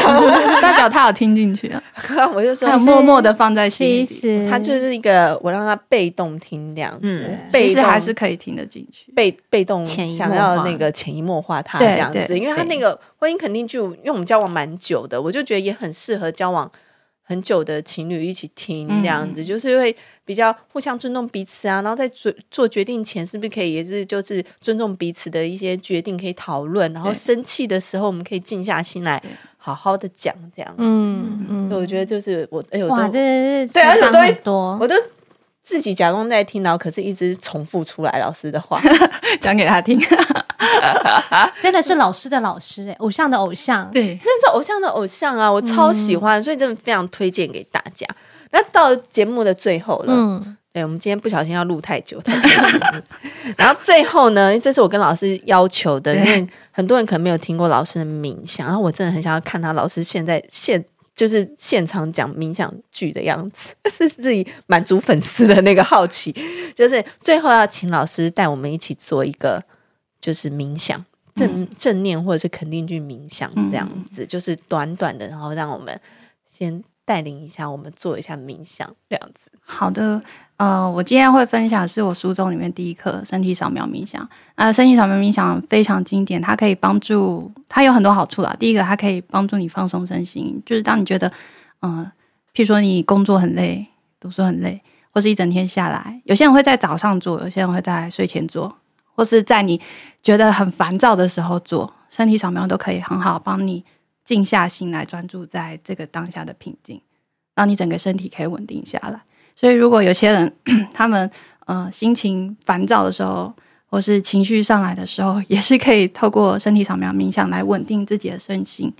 Speaker 2: 代表他有听进去啊，
Speaker 1: 然后我就说
Speaker 2: 他有默默的放在心
Speaker 4: 其
Speaker 2: 里，其
Speaker 4: 实
Speaker 1: 他就是一个我让他被动听这样子
Speaker 3: 嗯，
Speaker 1: 被
Speaker 2: 实
Speaker 1: 动
Speaker 2: 还是可以听得进去。
Speaker 1: 被被动
Speaker 3: 潜移
Speaker 1: 想
Speaker 3: 默
Speaker 1: 要
Speaker 3: 化
Speaker 1: 那个潜移默化他
Speaker 2: 对
Speaker 1: 这样子，
Speaker 2: 对
Speaker 1: 因为他那个婚姻肯定就，因为我们交往蛮久的，我就觉得也很适合交往很久的情侣一起听
Speaker 2: 嗯
Speaker 1: 这样子，就是会比较互相尊重彼此啊，然后在做做决定前是不是可以也是就是尊重彼此的一些决定可以讨论，然后
Speaker 2: 对
Speaker 1: 生气的时候我们可以静下心来
Speaker 2: 对
Speaker 1: 好好的讲这样，
Speaker 4: 嗯
Speaker 1: 所以
Speaker 4: 嗯，
Speaker 1: 我觉得就是我哎呦
Speaker 4: 哇，
Speaker 1: 我
Speaker 4: 这
Speaker 1: 都
Speaker 4: 是
Speaker 1: 对而且
Speaker 4: 成
Speaker 1: 都
Speaker 4: 长
Speaker 1: 会
Speaker 4: 很多。
Speaker 1: 我都自己假装在听，然后可是一直重复出来老师的话，
Speaker 2: 讲给他听。
Speaker 4: 真的是老师的老师、哎，偶像的偶像。
Speaker 2: 对，
Speaker 1: 那是偶像的偶像啊，我超喜欢，所以真的非常推荐给大家。那到节目的最后了，
Speaker 4: 嗯，
Speaker 1: 对我们今天不小心要录太久，太开心了。 然后最后呢，这是我跟老师要求的，因为很多人可能没有听过老师的冥想，然后我真的很想要看他老师现在现就是现场讲冥想剧的样子， 是自己满足粉丝的那个好奇。就是最后要请老师带我们一起做一个就是冥想。正正念或者是肯定句冥想这样子，就是短短的，然后让我们先带领一下，我们做一下冥想这样子。
Speaker 2: 好的，呃，我今天会分享是我书中里面第一课身体扫描冥想。呃，身体扫描冥想非常经典，它可以帮助，它有很多好处啦。第一个，它可以帮助你放松身心，就是当你觉得，嗯、譬如说你工作很累，读书很累，或是一整天下来，有些人会在早上做，有些人会在睡前做，或是在你觉得很烦躁的时候做，身体扫描都可以很好帮你静下心来，专注在这个当下的平静，让你整个身体可以稳定下来。所以，如果有些人 他们呃心情烦躁的时候，或是情绪上来的时候，也是可以透过身体扫描冥想来稳定自己的身心。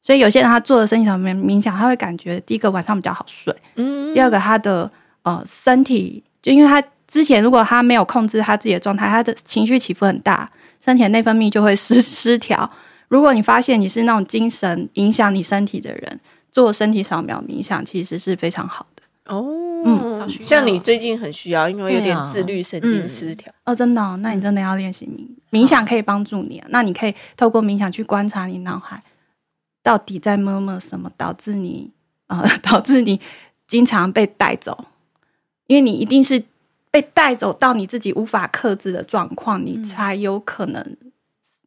Speaker 2: 所以，有些人他做了身体扫描冥想，他会感觉第一个晚上比较好睡，
Speaker 1: 嗯
Speaker 2: 第二个他的呃身体，就因为他之前如果他没有控制他自己的状态，他的情绪起伏很大，身体的内分泌就会 失失调。如果你发现你是那种精神影响你身体的人，做身体扫描冥想其实是非常好的
Speaker 1: 哦，
Speaker 2: 嗯
Speaker 3: 超需要
Speaker 1: 像你最近很需要，因为有
Speaker 3: 对
Speaker 1: 点
Speaker 3: 啊
Speaker 1: 自律神经失调。
Speaker 2: 哦，真的、哦，那你真的要练习冥冥想，可以帮助你、啊。那你可以透过冥想去观察你脑海到底在摸摸什么，导致你呃， 导致你经常被带走，因为你一定是被带走到你自己无法克制的状况，你才有可能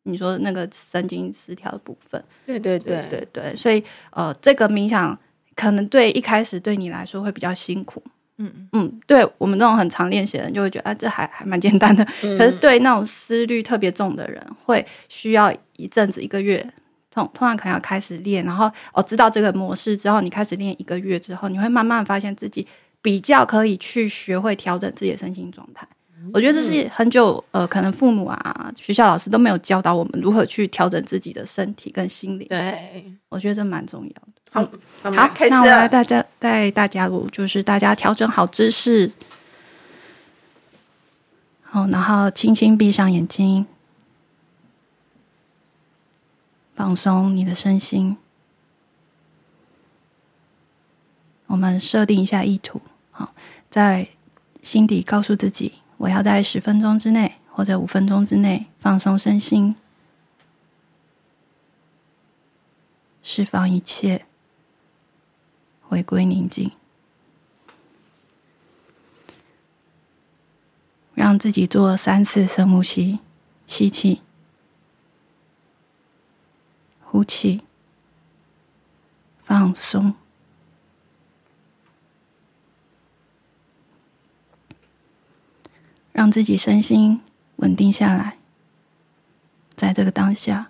Speaker 2: 你说的那个神经失调的部分。
Speaker 1: 对对
Speaker 2: 对对对，所以呃，这个冥想可能对一开始对你来说会比较辛苦，
Speaker 3: 嗯，
Speaker 2: 嗯，对我们这种很常练习的人就会觉得，啊，这还还蛮简单的。
Speaker 1: 嗯
Speaker 2: 可是对那种思虑特别重的人，会需要一阵子一个月，通通常可能要开始练，然后哦，知道这个模式之后，你开始练一个月之后，你会慢慢发现自己比较可以去学会调整自己的身心状态。我觉得这是很久呃，可能父母啊、学校老师都没有教导我们如何去调整自己的身体跟心理。
Speaker 1: 对，
Speaker 2: 我觉得这蛮重要的。
Speaker 1: 好
Speaker 2: 好，
Speaker 1: 开始
Speaker 2: 那我来
Speaker 1: 了。
Speaker 2: 大家带大家录，就是大家调整好姿势，好，然后轻轻闭上眼睛，放松你的身心。我们设定一下意图，好，在心底告诉自己，我要在十分钟之内或者五分钟之内放松身心，释放一切。回归宁静，让自己做三次深呼吸，吸气，呼气，放松。让自己身心稳定下来，在这个当下，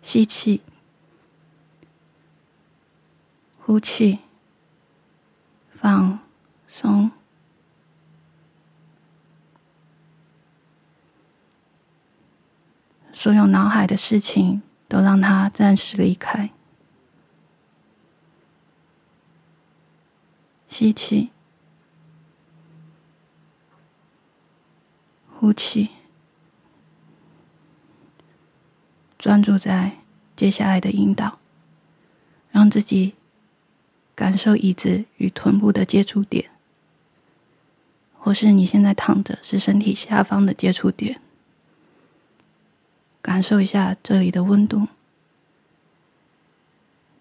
Speaker 2: 吸气，呼气，放松，所有脑海的事情都让它暂时离开。吸气，呼气，专注在接下来的引导，让自己感受椅子与臀部的接触点，或是你现在躺着是身体下方的接触点，感受一下这里的温度、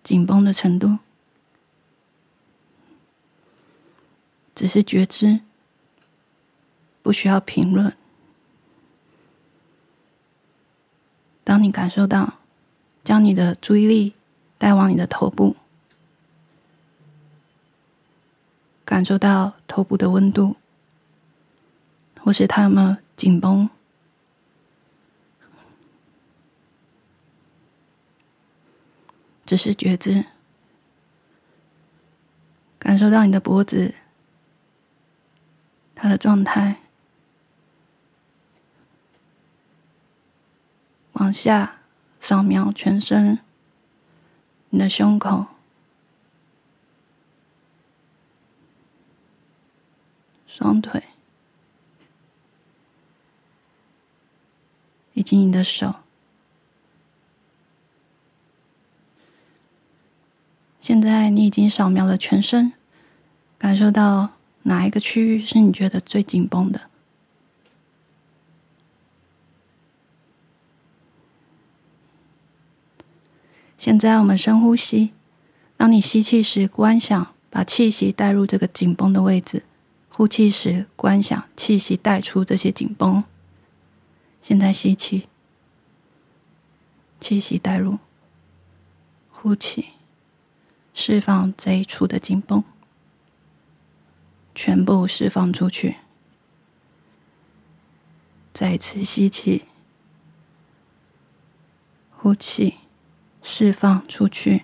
Speaker 2: 紧绷的程度，只是觉知，不需要评论。当你感受到，将你的注意力带往你的头部。感受到头部的温度，或是它有没有紧绷。只是觉知，感受到你的脖子，它的状态，往下扫描全身，你的胸口，双腿，以及你的手。现在你已经扫描了全身，感受到哪一个区域是你觉得最紧绷的？现在我们深呼吸，当你吸气时观想，把气息带入这个紧绷的位置。呼气时观想气息带出这些紧绷。现在吸气，气息带入，呼气，释放这一处的紧绷，全部释放出去。再一次吸气，呼气，释放出去，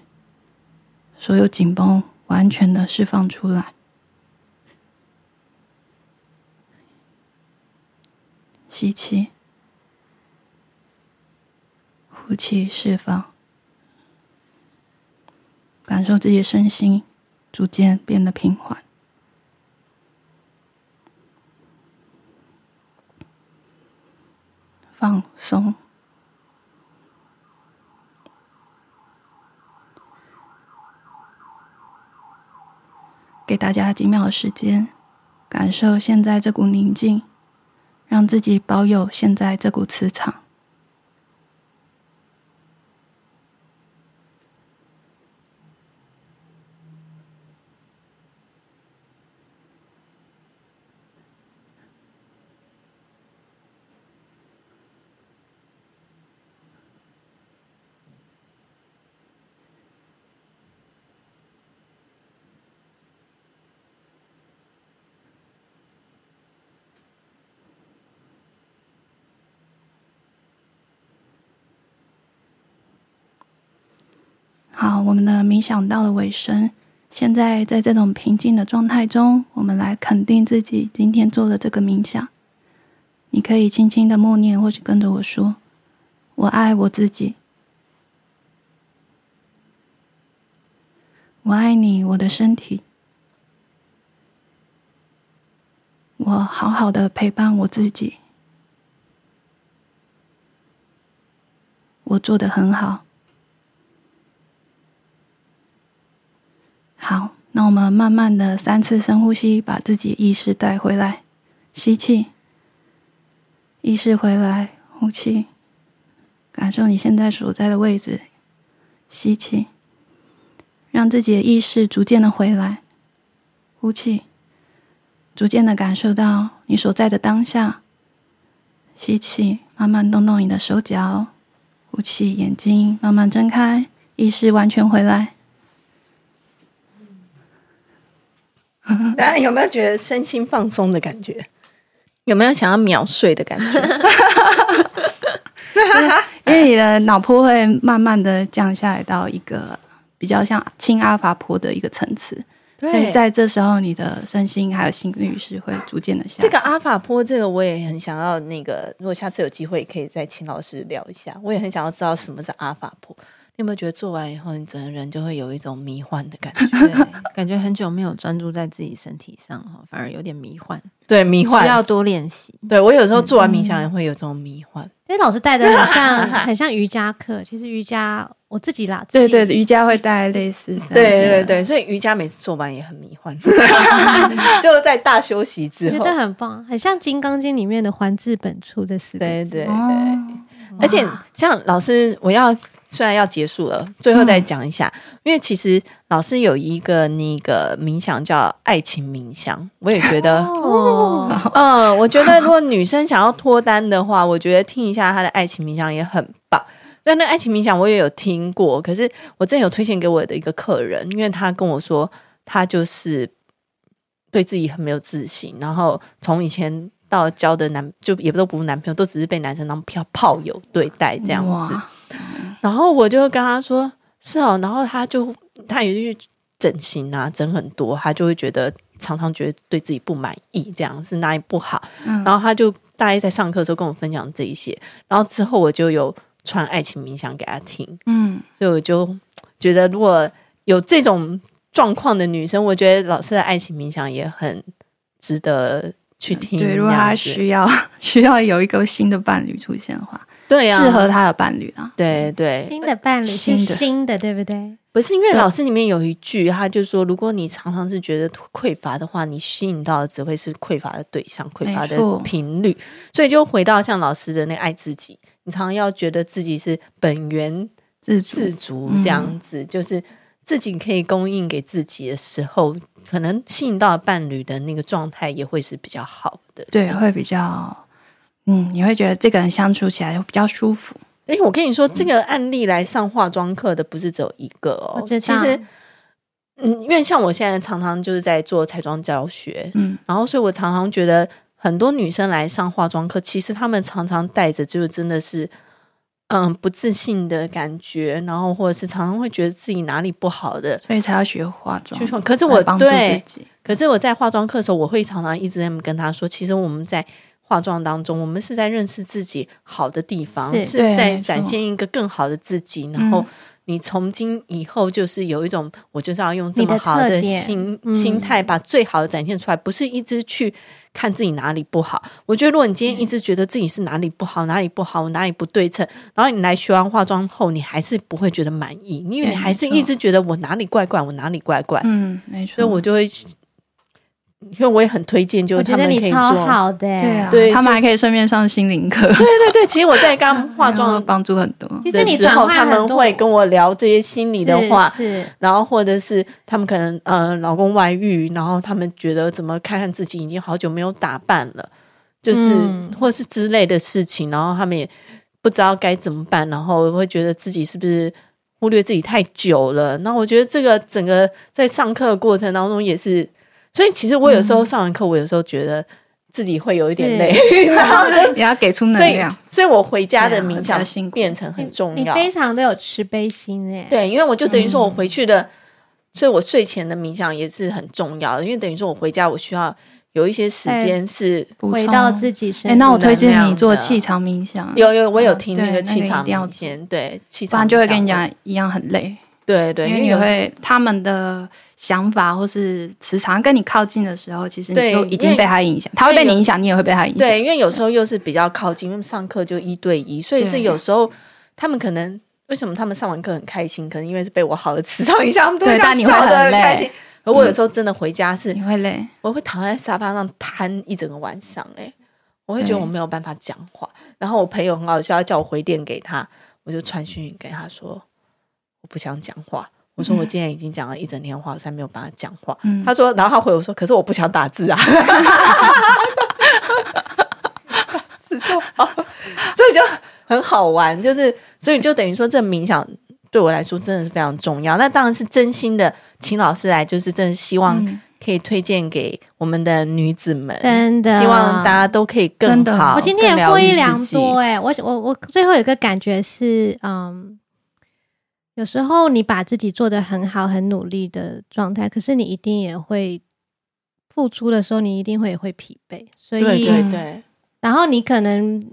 Speaker 2: 所有紧绷完全的释放出来。吸气，呼气，释放，感受自己的身心逐渐变得平缓。放松，给大家几秒的时间，感受现在这股宁静。让自己保有现在这股磁场。好，我们的冥想到了尾声，现在在这种平静的状态中，我们来肯定自己今天做的这个冥想。你可以轻轻的默念，或是跟着我说：“我爱我自己，我爱你，我的身体，我好好的陪伴我自己，我做的很好。”好，那我们慢慢的三次深呼吸，把自己意识带回来。吸气，意识回来，呼气，感受你现在所在的位置。吸气，让自己的意识逐渐的回来。呼气，逐渐的感受到你所在的当下。吸气，慢慢动动你的手脚。呼气，眼睛慢慢睁开，意识完全回来。
Speaker 1: 大家有没有觉得身心放松的感觉？有没有想要秒睡的感 觉？
Speaker 2: 因为你的脑波会慢慢的降下来到一个比较像轻阿法波的一个层次，所以在这时候你的身心还有心率是会逐渐的下
Speaker 1: 这
Speaker 2: 降。
Speaker 1: 个阿法波，这个我也很想要。那个，如果下次有机会，可以再请老师聊一下。我也很想要知道什么是阿法波。你有没有觉得做完以后，你整个人就会有一种迷幻的感觉？
Speaker 3: 对，感觉很久没有专注在自己身体上哈，反而有点迷幻，
Speaker 1: 对，迷
Speaker 3: 需要多练习。
Speaker 1: 对我有时候做完冥想也会有这种迷幻。
Speaker 4: 哎，老师带的很 像，很像瑜伽课。其实瑜伽我自己啦，自
Speaker 2: 对
Speaker 4: 己
Speaker 2: 对，瑜伽会带来类似这样子的
Speaker 1: 对对对，所以瑜伽每次做完也很迷 幻，就在大休息之
Speaker 4: 觉
Speaker 1: 后
Speaker 4: 得。很棒，很像《金刚经》里面的“还至本处”的四个
Speaker 1: 对
Speaker 4: 字
Speaker 1: 对对，
Speaker 2: 哦，
Speaker 1: 而且像老师，我要虽然要结束了，最后再讲一下，因为其实老师有一个那个冥想叫爱情冥想，我也觉得，
Speaker 4: 哦，
Speaker 1: 嗯，我觉得如果女生想要脱单的话，我觉得听一下她的爱情冥想也很棒。对，那爱情冥想我也有听过，可是我真的有推荐给我的一个客人，因为他跟我说他就是对自己很没有自信，然后从以前到交的男就也都不是男朋友，都只是被男生当票炮友对待这样子。
Speaker 2: 哇
Speaker 1: 然后我就跟他说是哦，然后他就他也去整形啊，整很多，他就会觉得常常觉得对自己不满意，这样是哪里不好。
Speaker 2: 嗯
Speaker 1: 然后他就大概在上课的时候跟我分享这一些，然后之后我就有传爱情冥想给他听，
Speaker 2: 嗯，
Speaker 1: 所以我就觉得如果有这种状况的女生，我觉得老师的爱情冥想也很值得去听。
Speaker 2: 嗯对，如果
Speaker 1: 这样
Speaker 2: 他
Speaker 1: 子
Speaker 2: 需要 需要有一个新的伴侣出现的话，
Speaker 1: 对啊，
Speaker 2: 适合他的伴侣啊。
Speaker 1: 对对，
Speaker 4: 新的伴侣是
Speaker 2: 新的
Speaker 4: 新的，对不对？
Speaker 1: 不是因为
Speaker 2: 对
Speaker 1: 老师里面有一句，他就说，如果你常常是觉得匮乏的话，你吸引到的只会是匮乏的对象、匮乏
Speaker 2: 没错
Speaker 1: 的频率。所以就回到像老师的那爱自己，你常常要觉得自己是本源
Speaker 2: 自主
Speaker 1: 自足这样子，就是自己可以供应给自己的时候，可能吸引到的伴侣的那个状态也会是比较好的。
Speaker 2: 对啊会比较，嗯，你会觉得这个人相处起来会比较舒服。
Speaker 1: 哎，我跟你说，这个案例来上化妆课的不是只有一个哦
Speaker 4: 我，知
Speaker 1: 其
Speaker 4: 道
Speaker 1: 实。嗯，因为像我现在常常就是在做彩妆教学，
Speaker 2: 嗯，
Speaker 1: 然后所以我常常觉得很多女生来上化妆课，其实她们常常带着就是真的是嗯不自信的感觉，然后或者是常常会觉得自己哪里不好的。
Speaker 2: 所以才要学化妆
Speaker 1: 去。说，可是我
Speaker 2: 来帮助
Speaker 1: 对
Speaker 2: 自，己，
Speaker 1: 可是我在化妆课的时候，我会常常一直跟她说，其实我们在化妆当中，我们是在认识自己好的地方，
Speaker 4: 是
Speaker 1: 是
Speaker 2: 对
Speaker 1: 在
Speaker 2: 没错
Speaker 1: 展现一个更好的自己，然后
Speaker 2: 嗯
Speaker 1: 你从今以后就是有一种，我就是要用这
Speaker 4: 你
Speaker 1: 么
Speaker 4: 的
Speaker 1: 好
Speaker 4: 特
Speaker 1: 的
Speaker 4: 点
Speaker 1: 心
Speaker 4: 嗯
Speaker 1: 心态，把最好的展现出来，不是一直去看自己哪里不好。我觉得，如果你今天一直觉得自己是哪里不好，哪里不好，我哪里不对称，然后你来学完化妆后，你还是不会觉得满意，因为
Speaker 2: 对
Speaker 1: 你还是
Speaker 2: 没错
Speaker 1: 一直觉得我哪里怪怪，我哪里怪怪，
Speaker 2: 嗯，没错。
Speaker 1: 所以我就会，因为我也很推荐，就
Speaker 4: 我
Speaker 1: 是
Speaker 4: 觉
Speaker 1: 他
Speaker 4: 得
Speaker 1: 们可
Speaker 4: 你
Speaker 1: 以
Speaker 4: 超
Speaker 1: 做。
Speaker 4: 好的，
Speaker 2: 对啊，
Speaker 1: 对
Speaker 2: 他
Speaker 1: 就
Speaker 2: 们
Speaker 1: 是
Speaker 2: 还可以顺便上心灵课，
Speaker 1: 对对对，其实我在刚化
Speaker 2: 然后
Speaker 1: 妆
Speaker 2: 帮助很多。
Speaker 4: 嗯其实
Speaker 1: 的
Speaker 4: 你
Speaker 1: 时
Speaker 4: 转
Speaker 1: 候，
Speaker 4: 换
Speaker 1: 他们
Speaker 4: 很多
Speaker 1: 会跟我聊这些心理的话，
Speaker 4: 是是
Speaker 1: 然后或者是他们可能呃老公外遇，然后他们觉得怎么看看自己已经好久没有打扮了，就是、
Speaker 4: 嗯
Speaker 1: 或是之类的事情，然后他们也不知道该怎么办，然后会觉得自己是不是忽略自己太久了？那我觉得这个整个在上课的过程当中也是，所以其实我有时候上完课，我有时候觉得。自己会有一点
Speaker 4: 是
Speaker 1: 累，然 后
Speaker 2: 你要给出能
Speaker 1: 所以
Speaker 2: 量。
Speaker 1: 所以我回家的
Speaker 2: 对啊
Speaker 1: 冥
Speaker 2: 比
Speaker 1: 想
Speaker 2: 较辛苦
Speaker 1: 变成很重
Speaker 4: 你
Speaker 1: 要。
Speaker 4: 非常的有慈悲心哎，
Speaker 1: 对，因为我就等于
Speaker 2: 嗯
Speaker 1: 说我回去的，所以我睡前的冥想也是很重要的，因为等于说我回家我需要有一些时
Speaker 2: 哎
Speaker 1: 间是。
Speaker 2: 补
Speaker 4: 回
Speaker 2: 充
Speaker 4: 到自己身
Speaker 2: 哎，那我
Speaker 1: 能
Speaker 2: 推荐
Speaker 1: 量
Speaker 2: 你做
Speaker 1: 的
Speaker 2: 气场冥想，
Speaker 1: 有有，我有
Speaker 2: 嗯
Speaker 1: 听
Speaker 2: 对
Speaker 1: 那个
Speaker 2: 那个
Speaker 1: 气
Speaker 2: 一
Speaker 1: 场
Speaker 2: 定要
Speaker 1: 冥想，对气
Speaker 2: 不
Speaker 1: 场，
Speaker 2: 然就会跟你，讲一样很累，
Speaker 1: 对对，因
Speaker 2: 因为
Speaker 1: 为
Speaker 2: 你
Speaker 1: 有
Speaker 2: 会他们的想法或是磁场跟你靠近的时候，其实
Speaker 1: 对
Speaker 2: 你就已经
Speaker 1: 因为
Speaker 2: 被他影响，他会
Speaker 1: 因
Speaker 2: 被
Speaker 1: 为
Speaker 2: 你
Speaker 1: 有
Speaker 2: 影响，你也会被他影响。
Speaker 1: 对，因为有时候又是比较靠近，因为上课就一对一，所以是
Speaker 2: 对
Speaker 1: 有时候他们可能为什么他们上完课很开心，可能因为是被我好的 磁场影响，他们都
Speaker 2: 对
Speaker 1: 这样
Speaker 2: 但你会
Speaker 1: 笑得
Speaker 2: 很
Speaker 1: 很开
Speaker 2: 累嗯
Speaker 1: 心。而我有时候真的回家是
Speaker 2: 你，会累，
Speaker 1: 我会躺在沙发上瘫一整个晚上、欸，我会觉得
Speaker 2: 对
Speaker 1: 我没有办法讲话。然后我朋友很好笑，他叫我回电给他，我就传讯息给他说我不想讲话。我说我今天已经讲了一整天话，我才没有办法讲话。
Speaker 2: 嗯
Speaker 1: 他说，然后他回我说，可是我不想打字啊。 字就好，所以就很好玩，就是所以就等于说，这冥想对我来说真的是非常重要。那当然是真心的，请老师来，就是真的希望
Speaker 2: 嗯
Speaker 1: 可以推荐给我们的女子们，
Speaker 4: 真的，
Speaker 1: 希望大家都可以更
Speaker 2: 真的
Speaker 1: 好。
Speaker 4: 我今天
Speaker 1: 更
Speaker 4: 也
Speaker 1: 疗
Speaker 4: 获益
Speaker 1: 愈
Speaker 4: 良
Speaker 1: 自己
Speaker 4: 多，哎、我我我最后有一个感觉是，嗯，有时候你把自己做的很好、很努力的状态，可是你一定也会付出的时候，你一定会会疲惫，所以
Speaker 1: 对对对，
Speaker 4: 然后你可能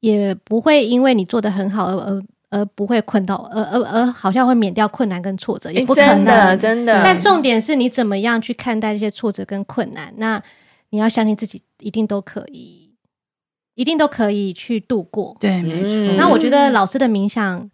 Speaker 4: 也不会因为你做的很好而而而不会困到，而而而好像会免掉困难跟挫折，也
Speaker 1: 诶
Speaker 4: 不可
Speaker 1: 真
Speaker 4: 能。
Speaker 1: 的真的，
Speaker 4: 但重点是你怎么样去看待这些挫折跟困难。那你要相信自己，一定都可以，一定都可以去度过。
Speaker 2: 对，没错。
Speaker 1: 嗯
Speaker 4: 那我觉得老师的冥想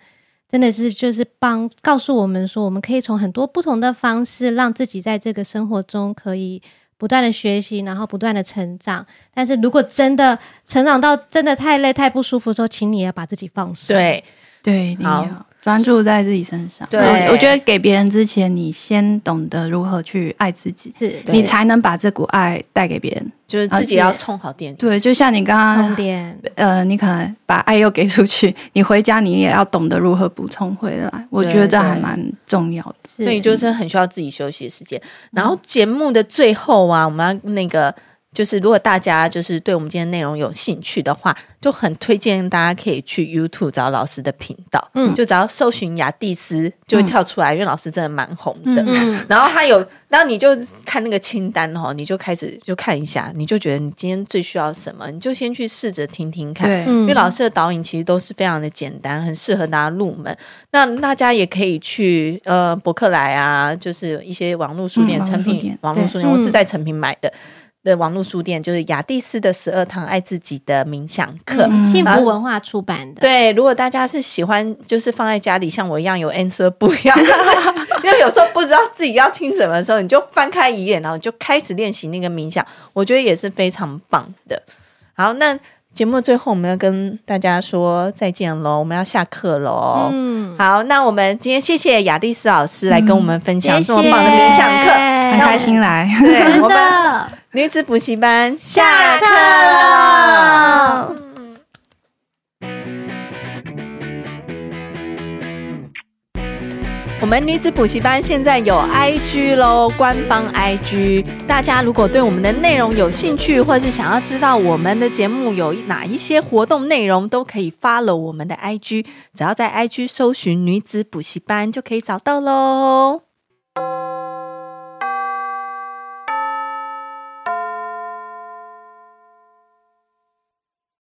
Speaker 4: 真的是就是帮告诉我们说，我们可以从很多不同的方式，让自己在这个生活中可以不断的学习，然后不断的成长。但是如果真的成长到真的太累、太不舒服的时候，请你也要把自己放松。
Speaker 1: 对
Speaker 2: 对，你
Speaker 1: 好
Speaker 2: 要专注在自己身上。
Speaker 1: 对
Speaker 2: 我我觉得给别人之前，你先懂得如何去爱自己，
Speaker 4: 是
Speaker 1: 对
Speaker 2: 你才能把这股爱带给别人。
Speaker 1: 就是自己要充好电。
Speaker 2: 对，就像你刚
Speaker 4: 重
Speaker 2: 刚，
Speaker 1: 哦
Speaker 4: 点。
Speaker 2: 呃，你可能把爱又给出去，你回家你也要懂得如何补充回来。我
Speaker 1: 对
Speaker 2: 觉得这还
Speaker 1: 对
Speaker 2: 蛮重要的。
Speaker 4: 是
Speaker 1: 所以就是很需要自己休息的时
Speaker 4: 嗯
Speaker 1: 间。然后节目的最后啊，我们要那个就是，如果大家就是对我们今天内容有兴趣的话，就很推荐大家可以去 YouTube 找老师的频道，
Speaker 4: 嗯
Speaker 1: 就只要搜寻雅蒂斯就会跳出来，因为老师真的蛮红的。
Speaker 4: 嗯，
Speaker 1: 然后他有，然后你就看那个清单哦，你就开始就看一下，你就觉得你今天最需要什么，你就先去试着听听看。
Speaker 2: 对，
Speaker 4: 嗯
Speaker 1: 因为老师的导引其实都是非常的简单，很适合大家入门。那大家也可以去呃博客来啊，就是一些网络书店、
Speaker 2: 嗯
Speaker 1: 成品网
Speaker 2: 网
Speaker 1: 络
Speaker 2: 络
Speaker 1: 书
Speaker 2: 书
Speaker 1: 店，
Speaker 4: 对
Speaker 1: 我是在成品买的。的网络书店就是雅蒂斯的十二堂爱自己的冥想课。
Speaker 4: 嗯幸
Speaker 1: 然后
Speaker 4: 福文化出版的，
Speaker 1: 对，如果大家是喜欢，就是放在家里像我一样有 answer 不一 样，就是因为有时候不知道自己要听什么的时候，你就翻开一页，然后你就开始练习那个冥想，我觉得也是非常棒的。好，那节目最后我们要跟大家说再见喽，我们要下课喽。
Speaker 4: 嗯，
Speaker 1: 好，那我们今天谢谢雅蒂斯老师来跟我们分享
Speaker 4: 谢
Speaker 1: 这么棒的冥想课，
Speaker 2: 很
Speaker 1: 那我
Speaker 2: 开心来。
Speaker 1: 对
Speaker 4: 真
Speaker 1: 我们
Speaker 4: 的。
Speaker 1: 女子补习班
Speaker 4: 下
Speaker 1: 下
Speaker 4: 课
Speaker 1: 课了。
Speaker 4: 了。
Speaker 1: 我们女子补习班现在有 IG 喽，官方 IG。大家如果对我们的内容有兴趣，或是想要知道我们的节目有哪一些活动内容，都可以 follow 我们的 IG。只要在 IG 搜寻“女子补习班”就可以找到喽。